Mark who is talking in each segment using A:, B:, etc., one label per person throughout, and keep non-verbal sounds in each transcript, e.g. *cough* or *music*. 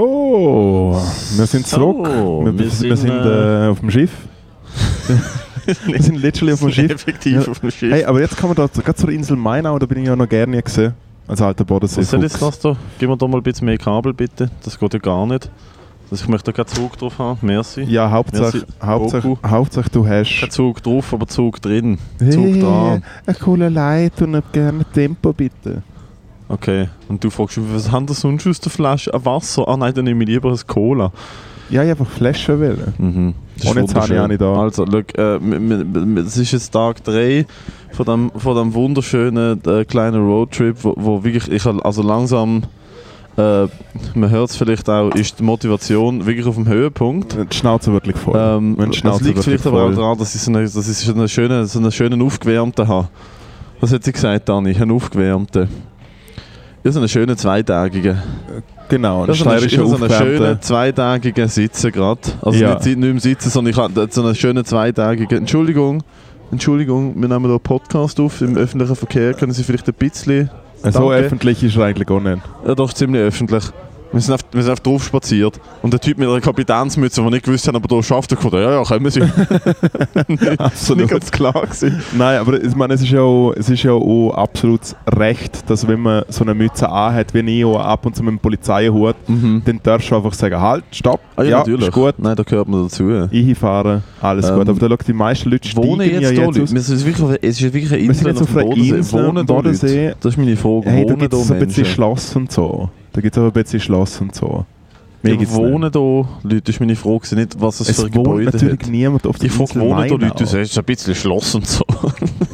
A: So, wir sind zurück.
B: So,
A: wir, wir
B: wir
A: sind, wir
B: sind,
A: sind äh, auf dem Schiff.
B: *laughs*
A: wir sind literally auf dem Schiff.
B: Effektiv
A: Ja.
B: auf dem Schiff.
A: Hey, aber jetzt kommen wir da zu- gerade zur Insel Mainau, da bin ich ja noch gerne gesehen. Als alter Bodensee.
B: Was soll jetzt das da? Gib mir da mal ein bisschen mehr Kabel, bitte. Das geht ja gar nicht. Das, ich möchte da keinen Zug drauf haben. Merci.
A: Ja, Hauptsache,
B: Merci,
A: Hauptsache,
B: Goku.
A: Hauptsache du
B: Kein
A: hast
B: Zug drauf, aber Zug drin. Zug dran.
A: Ein cooler Leid und ein gerne Tempo bitte.
B: Okay. Und du fragst mich, was haben das sonst aus der Flasche? Ein Wasser? Ah nein, dann nehme ich lieber ein Cola.
A: Ja, ich einfach Flaschen wählen.
B: Mhm. Das ist
A: Und jetzt habe ich
B: wunderschön.
A: eine da.
B: Also, look, äh, m- m- m- es ist jetzt Tag 3 von dem, von dem wunderschönen äh, kleinen Roadtrip, wo, wo wirklich, ich hab also langsam, äh, man hört es vielleicht auch, ist die Motivation wirklich auf dem Höhepunkt.
A: Die Schnauze wirklich voll.
B: Ähm,
A: Wenn die
B: das
A: Schnauze
B: liegt
A: wirklich
B: vielleicht aber auch
A: voll-
B: daran, dass ich so einen dass ich so eine schönen, so eine schönen Aufgewärmten habe. Was hat sie gesagt, Dani? Einen Aufgewärmten. Ja, so einen schönen zweitägigen.
A: Genau, ein
B: Das ist eine,
A: steirischer
B: so einen
A: Aufwärmter.
B: schönen zweitägigen Sitzen gerade. Also
A: Ja.
B: nicht, si- nicht im Sitzen, sondern ich habe so einen schönen zweitägigen... Entschuldigung, Entschuldigung, wir nehmen hier einen Podcast auf. Im öffentlichen Verkehr können Sie vielleicht ein bisschen...
A: So
B: Danke.
A: öffentlich ist er eigentlich auch nicht.
B: Ja, doch, ziemlich öffentlich. Wir sind, auf, wir sind auf drauf spaziert. Und der Typ mit einer Kapitänsmütze, den ich gewusst habe, aber da schafft er, ja, ja, können
A: *laughs*
B: wir sie. Nicht ganz klar gewesen.
A: Nein, aber ich meine, es ist ja auch, es ist ja auch absolutes Recht, dass wenn man so eine Mütze anhat, wie ich auch ab und zu mit dem Polizeihut, dann darfst du einfach sagen, halt, stopp,
B: Mhm. Ah, ja,
A: ja,
B: natürlich.
A: ist gut,
B: Nein, da gehört man dazu.
A: ich fahre, alles
B: Ähm,
A: gut. Aber da schauen die meisten Leute
B: Wohnen
A: steigen
B: jetzt
A: ja
B: hier
A: jetzt
B: Leute?
A: aus.
B: Wir sind wirklich auf- Es ist wirklich eine
A: Wir sind
B: Insel
A: jetzt auf
B: dem
A: einer Insel am
B: Wohnen da
A: Bodensee.
B: Leute? Das ist meine Frage.
A: Hey, da
B: wohnen
A: gibt es
B: da
A: so ein bisschen
B: Menschen?
A: Schloss und so. Da gibt es auch ein bisschen Schloss und so. Mehr
B: Ja,
A: gibt's
B: wohnen da Leute? Das ist meine Frage. gewesen, Nicht, was es,
A: nicht. Es wohnt
B: für Gebäude
A: natürlich
B: hat.
A: niemand auf der
B: Ich frage,
A: Insel
B: wohnen da
A: Mainau.
B: Leute? Du sagst, es ist ein bisschen Schloss und so.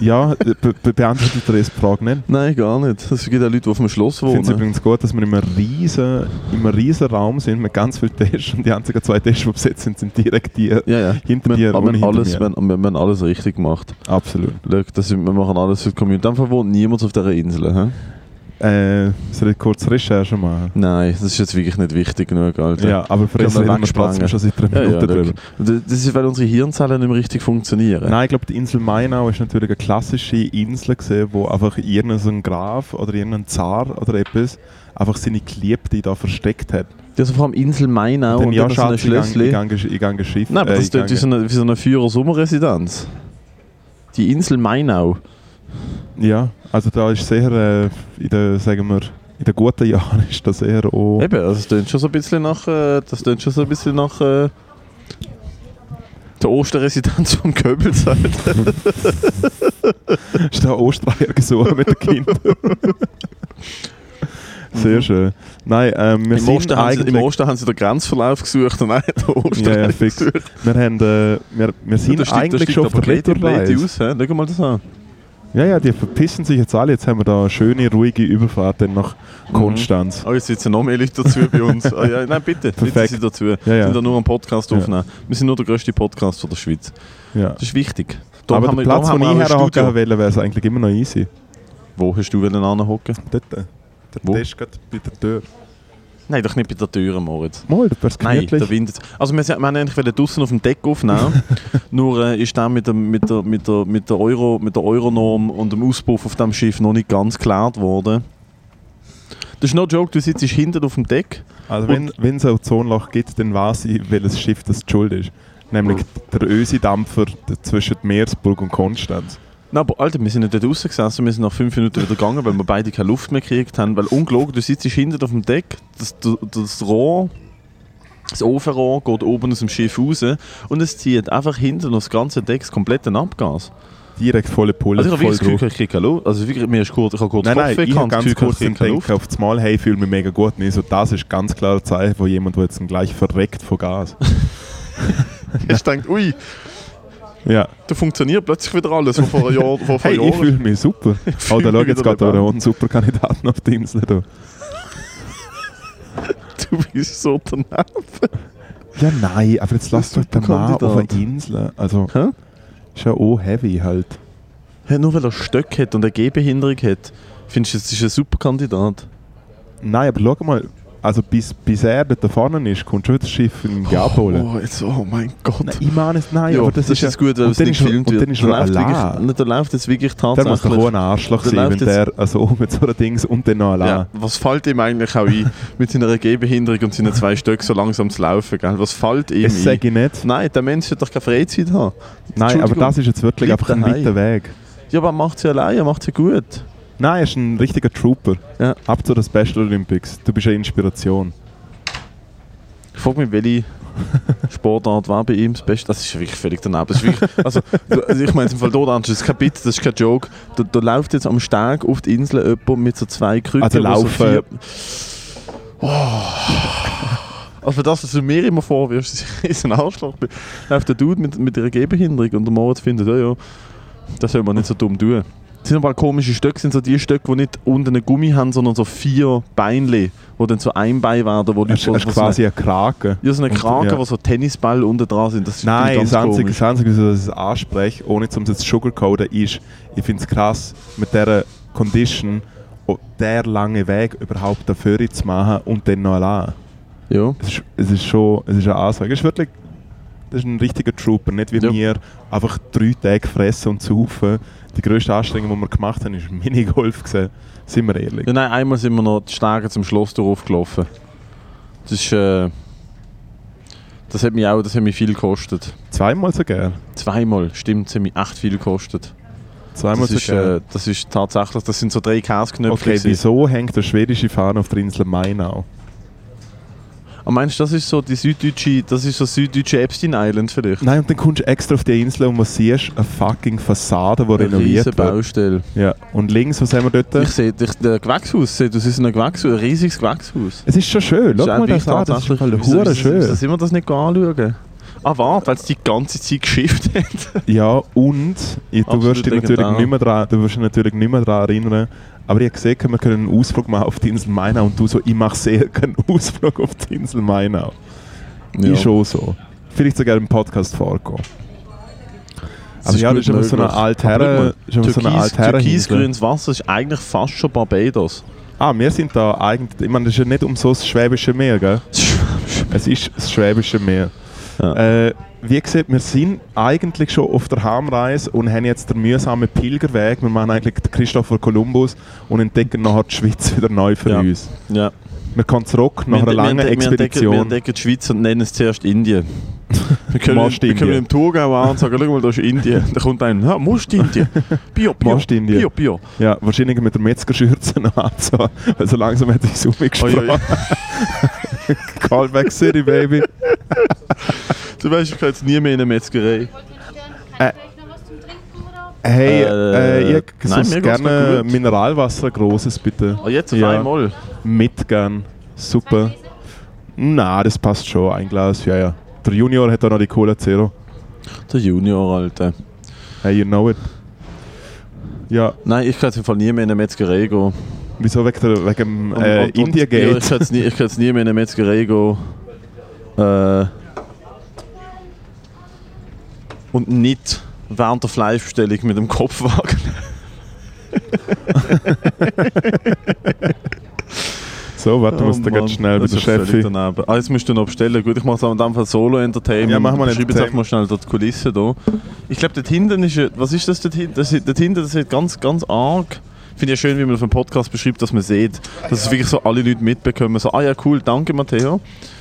A: Ja, be be beantwortet er jetzt die Frage nicht.
B: *laughs* Nein, gar nicht. Es gibt auch Leute, die auf dem Schloss
A: Ich finde es
B: wohnen.
A: übrigens gut, dass wir in einem, riesen, in einem riesen Raum sind mit ganz vielen Tischen und die einzigen zwei Tische, die besetzt sind, sind direkt die
B: Ja, ja.
A: hinter
B: Wir,
A: dir
B: aber
A: und
B: wir,
A: hinter
B: haben alles,
A: mir.
B: wir, haben- wir haben alles richtig gemacht.
A: Absolut.
B: Schau, das sind, wir machen alles für die Community. Einfach wohnt niemand auf dieser Insel. Hä?
A: Äh, soll ich kurz Recherche machen?
B: Nein, das ist jetzt wirklich nicht wichtig genug, Alter.
A: Ja, aber für
B: Können
A: uns
B: wir
A: reden wir
B: wegspringen?
A: trotzdem schon seit drei
B: Ja,
A: Minuten
B: ja,
A: drüber.
B: look. D- das ist, weil unsere Hirnzellen nicht mehr richtig funktionieren.
A: Nein, ich glaube, die Insel Mainau ist natürlich eine klassische Insel, gewesen, wo einfach irgendein so ein Graf oder irgendein Zar oder etwas einfach seine Geliebte da versteckt hat.
B: Das ist vor allem Insel Mainau und dann so ein
A: ich gang- ich
B: Schlössli.
A: gang gesch- ich gang geschifft.
B: Nein, aber
A: äh,
B: das
A: ich
B: ist
A: gang-
B: wie so eine, wie so eine Führer-Sommerresidenz. Die Insel Mainau.
A: Ja, also da ist sehr, äh, in den, sagen wir, in den guten Jahren *laughs* ist das eher auch...
B: Eben, also das tönt schon so ein bisschen nach, äh, das tönt schon so ein bisschen nach äh, der Osterresidenz vom Goebbels. halt. Alter.
A: ist der Osterreier gesucht mit den
B: *laughs*
A: Kindern. Sehr schön. Nein, ähm, wir
B: Mhm. Im
A: sind
B: Osten, haben sie, Im
A: eigentlich-
B: Osten haben sie den Grenzverlauf gesucht und einen den Osterreich
A: Ja, ja, fix.
B: gesucht.
A: Wir, haben, äh, wir, wir sind
B: Da steigt- da
A: eigentlich
B: steigt
A: schon auf
B: aber
A: der
B: die Lady- die Lady
A: Retourreise.
B: aus, hä? Schau mal das an.
A: Ja, ja, die verpissen sich jetzt alle. Jetzt haben wir da eine schöne, ruhige Überfahrt dann nach Konstanz.
B: Oh, jetzt sitzen noch mehr Leute dazu bei uns. Ah, ja, nein, bitte, bitte
A: Perfekt.
B: sie dazu.
A: Ja, ja.
B: Wir sind da nur am Podcast
A: Ja.
B: aufnehmen. Wir sind nur der grösste Podcast von der Schweiz.
A: Ja.
B: Das ist wichtig. Darum
A: Aber
B: haben
A: der
B: wir-
A: Platz, wo
B: darum
A: ich
B: haben wir auch ein Studio.
A: herhocken wollte, wäre es eigentlich immer noch easy.
B: Wo hast du wollen anhocken?
A: Dort. äh, Der
B: Wo?
A: Tisch gerade bei der Tür.
B: Nein, doch nicht bei der Tür, Moritz.
A: Mal, du wärst
B: Nein, der
A: gemütlich.
B: Wind. jetzt- Also wir, sind- wir haben eigentlich wollen draußen auf dem Deck aufnehmen. nur äh, ist dann mit, dem, mit, der, mit, der, mit der Euro mit der Euronorm und dem Auspuff auf dem Schiff noch nicht ganz geklärt worden. Das ist no joke, du sitzt hinten auf dem Deck.
A: Also wenn wenn es ein Ozonloch gibt, dann weiß ich, welches Schiff das die schuld ist. Nämlich
B: Oh.
A: der Ösi-Dampfer zwischen Meersburg und Konstanz.
B: Na, aber Alter, wir sind nicht dort draußen gesessen, wir sind nach fünf Minuten wieder gegangen, weil wir beide keine Luft mehr gekriegt haben. Weil ungelogen, du sitzt hinten auf dem Deck, das, das Rohr, das Ofenrohr geht oben aus dem Schiff raus und es zieht einfach hinten auf das ganze Deck das komplette Abgas.
A: Direkt volle Pulle,
B: Also ich habe
A: voll
B: wirklich das
A: drauf.
B: Gefühl, ich kriege keine Luft. Also wirklich, mir ist kurz, ich habe kurz
A: Nein, nein,
B: Kopfweh
A: ich habe
B: gehabt, das
A: ganz
B: Gefühl,
A: kurz
B: kriege
A: den
B: keine Luft.
A: Denken auf das Mal, hey, fühle mich mega gut. Nee, so das ist ganz klar ein Zeichen von jemandem, der jetzt gleich verreckt von
B: *laughs*
A: Gas.
B: Ich denke, ui,
A: ja.
B: da funktioniert plötzlich wieder alles, was vor einem *laughs* Jahr, vor
A: Hey, ich fühle mich *laughs* super.
B: fühl
A: Oh, da schau,
B: mich
A: jetzt
B: wieder
A: geht da
B: lebendig.
A: ein Superkandidaten auf die Insel. Da.
B: Du bist so daneben.
A: Ja, nein, aber jetzt lass doch den Mann auf
B: Superkandidat.
A: eine Insel. Also,
B: Hä?
A: ist ja auch heavy halt.
B: Hey, nur weil er Stöcke hat und eine Gehbehinderung hat, findest du, das ist ein super Kandidat?
A: Nein, aber schau mal, also bis, bis er dort vorne ist, kommt schon das Schiff in ihn abholen.
B: Oh, jetzt, oh mein Gott.
A: Nein, ich meine es, nein,
B: Ja,
A: aber das, ist,
B: jetzt gut, weil
A: und
B: es
A: dann
B: nicht
A: ist er-
B: gefilmt
A: und
B: wird.
A: dann ist er
B: läuft
A: allein.
B: wirklich, da läuft jetzt wirklich
A: Der muss doch
B: tatsächlich...
A: wohl ein Arschloch
B: Der
A: sein, wenn
B: läuft jetzt-
A: der also oben so ein Dings und dann noch allein.
B: Ja, was fällt ihm eigentlich auch ein, mit seiner Gehbehinderung und seinen zwei Stöcken so langsam zu laufen? Gell? Was fällt ihm
A: Das
B: ein?
A: sage ich nicht.
B: Nein, der Mensch sollte doch keine Freizeit haben.
A: Nein, aber
B: Entschuldigung.
A: das ist jetzt wirklich
B: Bleib
A: einfach ein
B: daheim.
A: weiter Weg.
B: Ja, aber er macht sie allein, er macht sie gut.
A: Nein, er ist ein richtiger Trooper.
B: Ja.
A: Ab zu den Special Olympics. Du bist eine Inspiration.
B: Ich frage
A: *laughs*
B: mich, welche Sportart war bei ihm das Beste. Das ist wirklich völlig daneben. Das ist wirklich, also, du- also ich meine, im Fall dort, das ist kein Bit, das ist kein Joke. Da, da läuft jetzt am Steg auf die Insel jemand mit so zwei Krücken.
A: Also
B: wo
A: laufen.
B: So vier, oh. Also für das, was du mir immer vorwirfst, *laughs* dass ich ein Arschloch bin, läuft der Dude mit, mit ihrer Gehbehinderung und der Moritz findet, ja, ja, das soll man nicht so dumm tun. Das sind aber auch komische Stöcke, sind so die Stöcke, die nicht unten einen Gummi haben, sondern so vier Beinle, die dann so ein Bein werden, wo
A: Er ist, er ist
B: wo so eine-
A: Also, quasi ein Kraken.
B: ja, so eine
A: Und-
B: Krake,
A: ja.
B: wo so Tennisball unten dran sind. Das finde ich
A: Nein,
B: ganz
A: das Einzige,
B: komisch.
A: das Einzige, wieso ich es anspreche, ohne zum jetzt sugarcoden, ist, ich finde es krass, mit dieser Condition oh, der lange Weg überhaupt dafür zu machen und dann noch allein.
B: Ja.
A: Es ist, es ist schon es ist eine Ansage. Es ist wirklich das ist ein richtiger Trooper, nicht wie
B: Ja.
A: wir einfach drei Tage fressen und saufen. Die grösste Anstrengung, die wir gemacht haben, ist *laughs* Minigolf. Gewesen. Sind wir ehrlich.
B: ja. Nein, einmal sind wir noch die Stege zum Schloss gelaufen. Das ist. Äh, das hat mich auch das hat mich viel gekostet.
A: Zweimal so gern.
B: Zweimal, stimmt, das hat mich echt viel gekostet.
A: Zweimal
B: Das
A: so
B: ist,
A: gern.
B: äh, das ist tatsächlich, das sind so drei Käseknöpfe.
A: okay,
B: gewesen.
A: wieso hängt der schwedische Fahne auf der Insel Mainau?
B: Und meinst du, das ist so die süddeutsche, das ist so süddeutsche Epstein Island vielleicht?
A: Nein, und dann kommst du extra auf die Insel und was siehst? Eine fucking Fassade, die
B: Eine riesen
A: renoviert wird.
B: Baustelle.
A: Ja. Und links, was haben wir
B: Ich
A: dort?
B: sehe, ich, der Gewächshaus, sieht aus, es ist ein Gewächshaus, ein riesiges Gewächshaus.
A: Es ist schon schön. Schau
B: Ist auch
A: mal das
B: wirklich
A: an. Das ist
B: tatsächlich-
A: halt
B: wieso-
A: hure
B: wieso- Wieso
A: schön.
B: sind wir das nicht anschauen? Ah, warte, weil es die ganze Zeit geschifft hat.
A: Ja, und ich, du
B: Absolut
A: wirst dich natürlich
B: legendär.
A: nicht mehr dran, du wirst dich natürlich nicht mehr daran erinnern. Aber ich habe gesehen, wir können einen Ausflug machen auf die Insel Mainau und du so, ich mache sehr *laughs* gerne einen Ausflug auf die Insel Mainau.
B: Ja.
A: Ist auch so. Vielleicht sogar im Podcast vorkommen.
B: Also,
A: Aber ja, das ist immer so eine Altherren. ist immer so eine
B: Türkis,
A: Altherren-
B: türkisgrünes Wasser ist eigentlich fast schon *laughs* Barbados.
A: Ah, wir sind da eigentlich. Ich meine, das ist ja nicht um so das Schwäbische Meer, gell? Es ist das Schwäbische Meer. Äh, wie gesagt, wir sind eigentlich schon auf der Heimreise und haben jetzt den mühsamen Pilgerweg. Wir machen eigentlich den Christopher Columbus und entdecken nachher die Schweiz wieder neu für
B: Ja.
A: uns.
B: ja.
A: Wir kommen zurück nach
B: Wir
A: einer
B: entde-
A: langen
B: wir entde- Wir
A: Expedition.
B: entdecken die Schweiz und nennen es zuerst Indien. *laughs* Wir können,
A: Most
B: wir können
A: Indien.
B: im Thurgau an und sagen, schau mal, da ist Indien. Da kommt ein, ja, musst Indien. Bio, Bio,
A: Most Indien.
B: Bio, Bio.
A: Ja, wahrscheinlich mit der Metzgerschürze *laughs* noch anziehen, weil so Also langsam hat sich umgesprochen.
B: Oi, oi.
A: *laughs* Callback City, Baby.
B: Du weißt, ich kann jetzt nie mehr in eine Metzgerei.
A: Äh.
C: Äh. Vielleicht noch was zum Trinken oder?
A: Hey,
B: Äh,
A: äh, ich
B: nein, mir
A: sonst
B: geht's noch
A: gerne
B: gut.
A: Mineralwasser, großes bitte.
B: Ah, jetzt auf
A: Ja.
B: einmal.
A: Mit gern. Super. Na, das passt schon. Ein Glas, ja, ja. Der Junior hat auch noch die Cola Zero.
B: Der Junior, Alter.
A: Hey, you know it. Ja,
B: Nein, ich kann jetzt im Fall nie mehr in eine Metzgerei gehen.
A: wieso wegen, der, wegen dem äh,
B: Und- und- und- Ja, halt- ich
A: India-Gate?
B: kann jetzt nie, ich kann jetzt nie mehr in eine Metzgerei gehen. Äh, und nicht während der Fleischbestellung mit dem Kopfwagen.
A: so, warte, du musst da ganz schnell bei
B: Oh das
A: der
B: ist völlig
A: Chefin.
B: daneben. Ah, jetzt musst du noch bestellen. Gut, ich mache es in dem Fall Solo-Entertainment.
A: Ja, machen wir
B: Ich schreibe jetzt einfach
A: Entertainment.
B: mal schnell dort die Kulisse hier. Ich glaube, dort hinten ist... ja- Was ist das dort hinten? Das, ist- dort hinten, das sieht ganz, ganz arg... Finde ich ja schön, wie man auf einem Podcast beschreibt, dass man sieht,
A: Ah,
B: dass es wirklich so alle Leute mitbekommen. So, ah ja, cool, danke Matteo.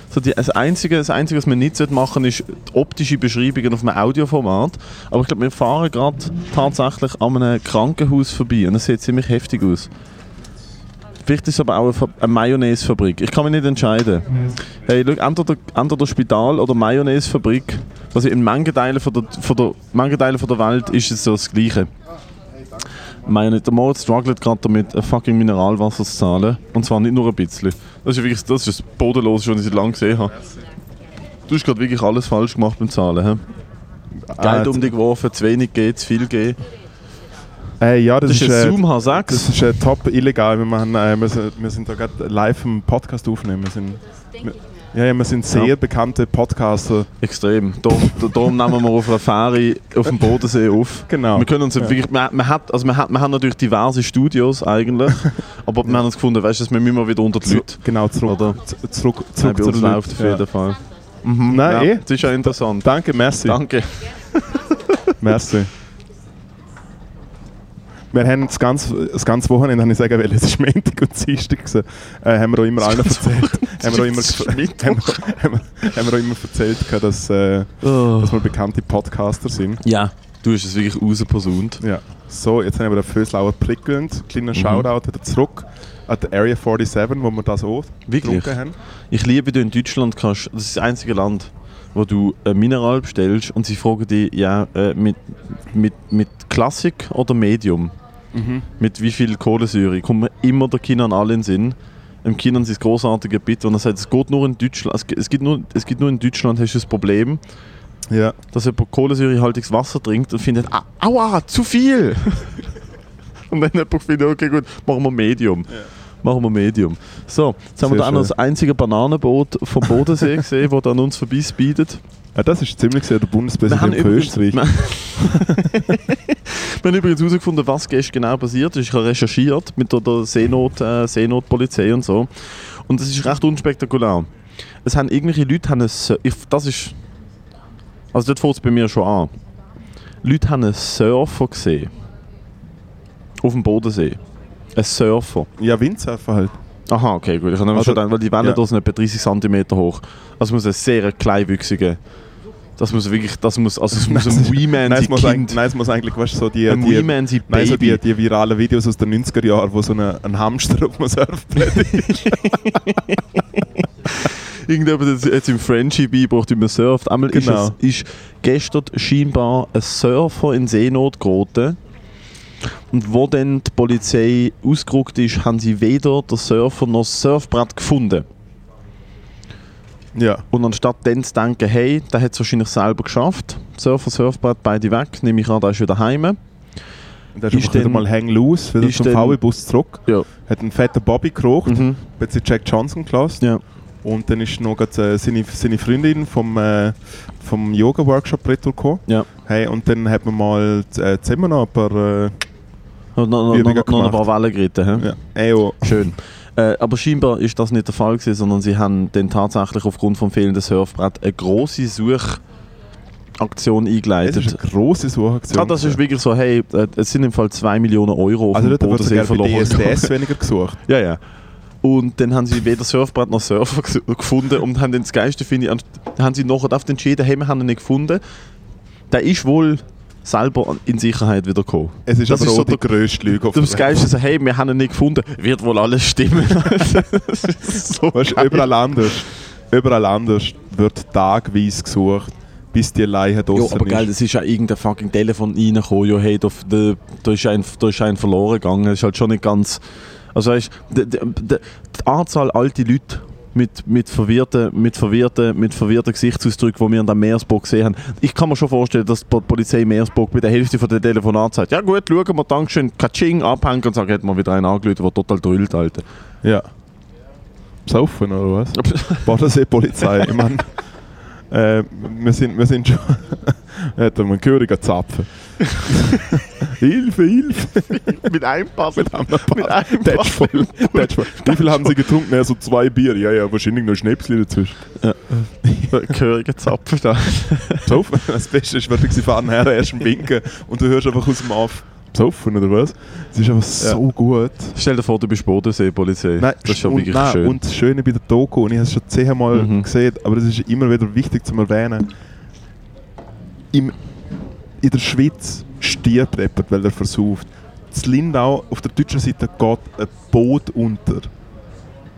B: So die, das, Einzige, das Einzige, was man nicht machen sollte, ist die optische Beschreibungen auf einem Audioformat. Aber ich glaube, wir fahren gerade tatsächlich an einem Krankenhaus vorbei und es sieht ziemlich heftig aus. Vielleicht ist es aber auch eine, Fa- eine Mayonnaise-Fabrik. Ich kann mich nicht entscheiden. Hey, schau, entweder, entweder Spital oder Mayonnaise-Fabrik. Also in manchen Teilen von der, von der, manchen Teilen von der Welt ist es so das Gleiche. Mayonnaise. Der Moritz struggelt gerade damit, ein fucking Mineralwasser zu zahlen. Und zwar nicht nur ein bisschen. Das ist ja wirklich das, ist das Bodenlose, was ich seit langem gesehen habe. Du hast gerade wirklich alles falsch gemacht beim Zahlen. He? Geld
A: jetzt-
B: um dich geworfen, zu wenig gegeben, zu viel gegeben.
A: Äh, ja, das,
B: Das ist
A: ist,
B: ein Zoom
A: äh,
B: H6.
A: das ist äh, top illegal. Wir, machen, äh, wir, sind, wir sind da gerade live im Podcast aufnehmen. Wir sind,
C: Das denke ich mir.
A: Ja, ja, wir sind sehr
B: Ja.
A: bekannte Podcaster.
B: Extrem. Darum, darum nehmen wir auf einer Fähre auf dem Bodensee auf.
A: Genau.
B: Wir können uns
A: Ja.
B: wirklich, man, man hat, also man hat, man hat natürlich diverse Studios
A: *laughs*
B: eigentlich, aber wir haben uns gefunden, weißt du, wir müssen mal wieder unter die Leute.
A: Zu- Genau, zurück,
B: Oder?
A: z- zurück, zurück
B: Nein, bei uns
A: zu den
B: läuft auf
A: Leuten.
B: jeden Fall.
A: Mhm. Nein,
B: Ja,
A: eh.
B: Das ist ja interessant.
A: Danke, merci.
B: Danke.
A: Merci. Wir haben das ganze, das ganze Wochenende, habe ich sagen wollen, es ist Montag und Dienstag gewesen, äh, haben wir auch immer allen erzählt, haben wir auch immer,
B: Das ist
A: gef- haben, wir- haben, wir- haben wir auch immer erzählt, gehabt, dass, äh,
B: Oh.
A: dass wir bekannte Podcaster sind.
B: Ja, du hast es wirklich rausgeposaunt.
A: Ja. So, jetzt haben wir den Föslauer prickelnd,
B: Mhm.
A: kleiner Shoutout wieder zurück an die Area 47, wo wir das auch
B: Wirklich?
A: getrunken haben.
B: Ich liebe, du in Deutschland kannst, das ist das einzige Land, wo du ein Mineral bestellst und sie fragen dich, ja, äh, mit, mit, mit Klassik oder Medium? Mit wie viel Kohlensäure? Kommt mir immer der Kindern alle in den Sinn. Im Kindern ist großartige Bitte und er sagt, es geht nur in Deutschland, es, ge- es gibt nur, es gibt nur in Deutschland hast du das Problem,
A: Ja.
B: dass jemand kohlensäurehaltiges Wasser trinkt und findet, ah, aua, zu viel. *laughs* und dann jemand findet, okay gut, machen wir Medium. Machen wir Medium. So, jetzt haben
A: Sehr
B: wir da auch noch das einzige Bananenboot vom Bodensee *laughs* gesehen, das an uns vorbei speedet.
A: ja. Das ist ziemlich sehr der Bundespräsident von
B: übrigens-
A: Österreich.
B: wir *laughs* wir haben übrigens herausgefunden, was gestern genau passiert ist. Ich habe recherchiert mit der, der Seenot, äh, Seenotpolizei und so. Und das ist recht unspektakulär. Es haben irgendwelche Leute, haben ein, Sur- ich, das ist, also dort fängt es bei mir schon an. Leute haben einen Surfer gesehen. Auf dem Bodensee. Ein Surfer.
A: Ja, Windsurfer halt.
B: Aha, okay, gut. Ich habe
A: Also-
B: also, schon gedacht, weil die Wellen
A: ja.
B: da sind etwa 30 cm hoch. Das muss ein sehr kleinwüchsiger. Das muss wirklich, das muss, also es muss ein
A: *laughs*
B: Wee-Man
A: Nein, es
B: sein
A: muss
B: Kind.
A: eigentlich, nein, es muss eigentlich, weißt du, so die,
B: Ein
A: die,
B: Wee-Man sein
A: nein, so die,
B: Baby.
A: die viralen Videos aus den 90er Jahren, wo so eine, ein Hamster auf dem
B: *laughs*
A: Surfbrett
B: Irgendjemand der jetzt im Frenchie beibracht, wie man surft. Einmal
A: Genau.
B: ist, es, ist gestern scheinbar ein Surfer in Seenot geraten. Und wo dann die Polizei ausgerückt ist, haben sie weder den Surfer noch das Surfbrett gefunden.
A: Ja,
B: Und anstatt dann zu denken, hey, der hat es wahrscheinlich selber geschafft, Surfer, Surfbrett, beide weg, nehme ich an, der ist wieder heim.
A: und dann
B: Ist
A: ist einfach wieder
B: denn-
A: mal hang loose, wieder
B: ist
A: zum
B: denn-
A: VW-Bus zurück.
B: Ja.
A: Hat einen fetten Bobby gekocht,
B: Mhm.
A: hat sie Jack Johnson gelassen
B: Ja.
A: und dann ist noch grad, äh, seine, seine Freundin vom, äh, vom Yoga-Workshop retour gekommen.
B: Ja.
A: Hey, und dann hat man mal äh, zusammen noch ein paar... Äh,
B: Und noch, noch,
A: Übungen
B: noch, noch ein
A: gemacht.
B: paar Wellen geritten. hä?
A: ja. ey, oh.
B: Schön. Äh, aber scheinbar ist das nicht der Fall gewesen, sondern sie haben dann tatsächlich aufgrund vom fehlenden Surfbrett eine große Suchaktion
A: Es ist
B: eingeleitet.
A: eine grosse Suchaktion.
B: Ah, das ist wirklich so, hey, äh, es sind im Fall 2 Millionen Euro auf
A: also
B: dem
A: dort wird
B: Bodensee
A: sogar bei
B: verloren.
A: DSDS weniger gesucht.
B: *laughs* Ja, ja. Und dann haben sie weder Surfbrett noch Surfer *laughs* ges- gefunden und haben dann das Geilste, finde ich, an- haben sie nachher oft entschieden, hey, wir haben ihn nicht gefunden. Der ist wohl selber an- in Sicherheit wieder gekommen.
A: Es ist
B: Das
A: aber
B: ist so
A: auch die
B: der-
A: grösste Lüge auf
B: Das
A: der Welt.
B: Geilste ist, hey, wir haben ihn nicht gefunden. Wird wohl alles *laughs* stimmen. das ist so
A: Weißt, du,
B: geil.
A: überall anders. Überall anders wird tagweise gesucht, bis die Leiche
B: Ja,
A: draussen
B: aber geil,
A: ist.
B: das ist ja irgendein fucking Telefon reingekommen, ja, hey, da, da, da, ist ein, da ist ein verloren gegangen. Das ist halt schon nicht ganz. Also weißt, d, d, d, die Anzahl alte Leute mit, mit verwirrten, mit verwirrten, mit verwirrten Gesichtsausdrücken, die wir an der Meersburg gesehen haben. Ich kann mir schon vorstellen, dass die Po- Polizei Meersburg bei der Hälfte von der Telefonat sagt, ja gut, schauen wir, Dankeschön, Katsching, abhängen und sagen, hat mal wieder einen angelötet, der total drüllt, Alter.
A: Ja. Saufen oder was? *laughs* Bodensee-Polizei. Ich
B: *laughs*
A: meine, äh, wir, sind, wir sind schon. *laughs* Hätten wir einen gehörigen
B: *laughs*
A: Zapfen. Hilfe, Hilfe!
B: mit einem *laughs* Pass.
A: Mit einem Pass.
B: Mit einem
A: Das
B: Pass.
A: ist voll. Das ist voll. Wie viel haben sie getrunken? Ja, so zwei Bier. Ja, ja, wahrscheinlich noch Schnäpsli dazwischen.
B: Gehöriger Zapfen
A: *laughs*
B: da.
A: Saufen? Das Beste ist wirklich, sie fahren her, erst im Winken und du hörst einfach aus dem Off. Saufen oder was? Es ist einfach so gut.
B: Stell dir vor, du bist Bodensee-Polizei.
A: Nein,
B: Das ist schon
A: und,
B: wirklich
A: nein,
B: schön.
A: Und das Schöne bei der Doku, und ich habe es schon zehnmal
B: Mhm.
A: gesehen, aber es ist immer wieder wichtig zu erwähnen, im, in der Schweiz stirbt jemand, weil er versucht. In Lindau auf der deutschen Seite geht ein Boot unter.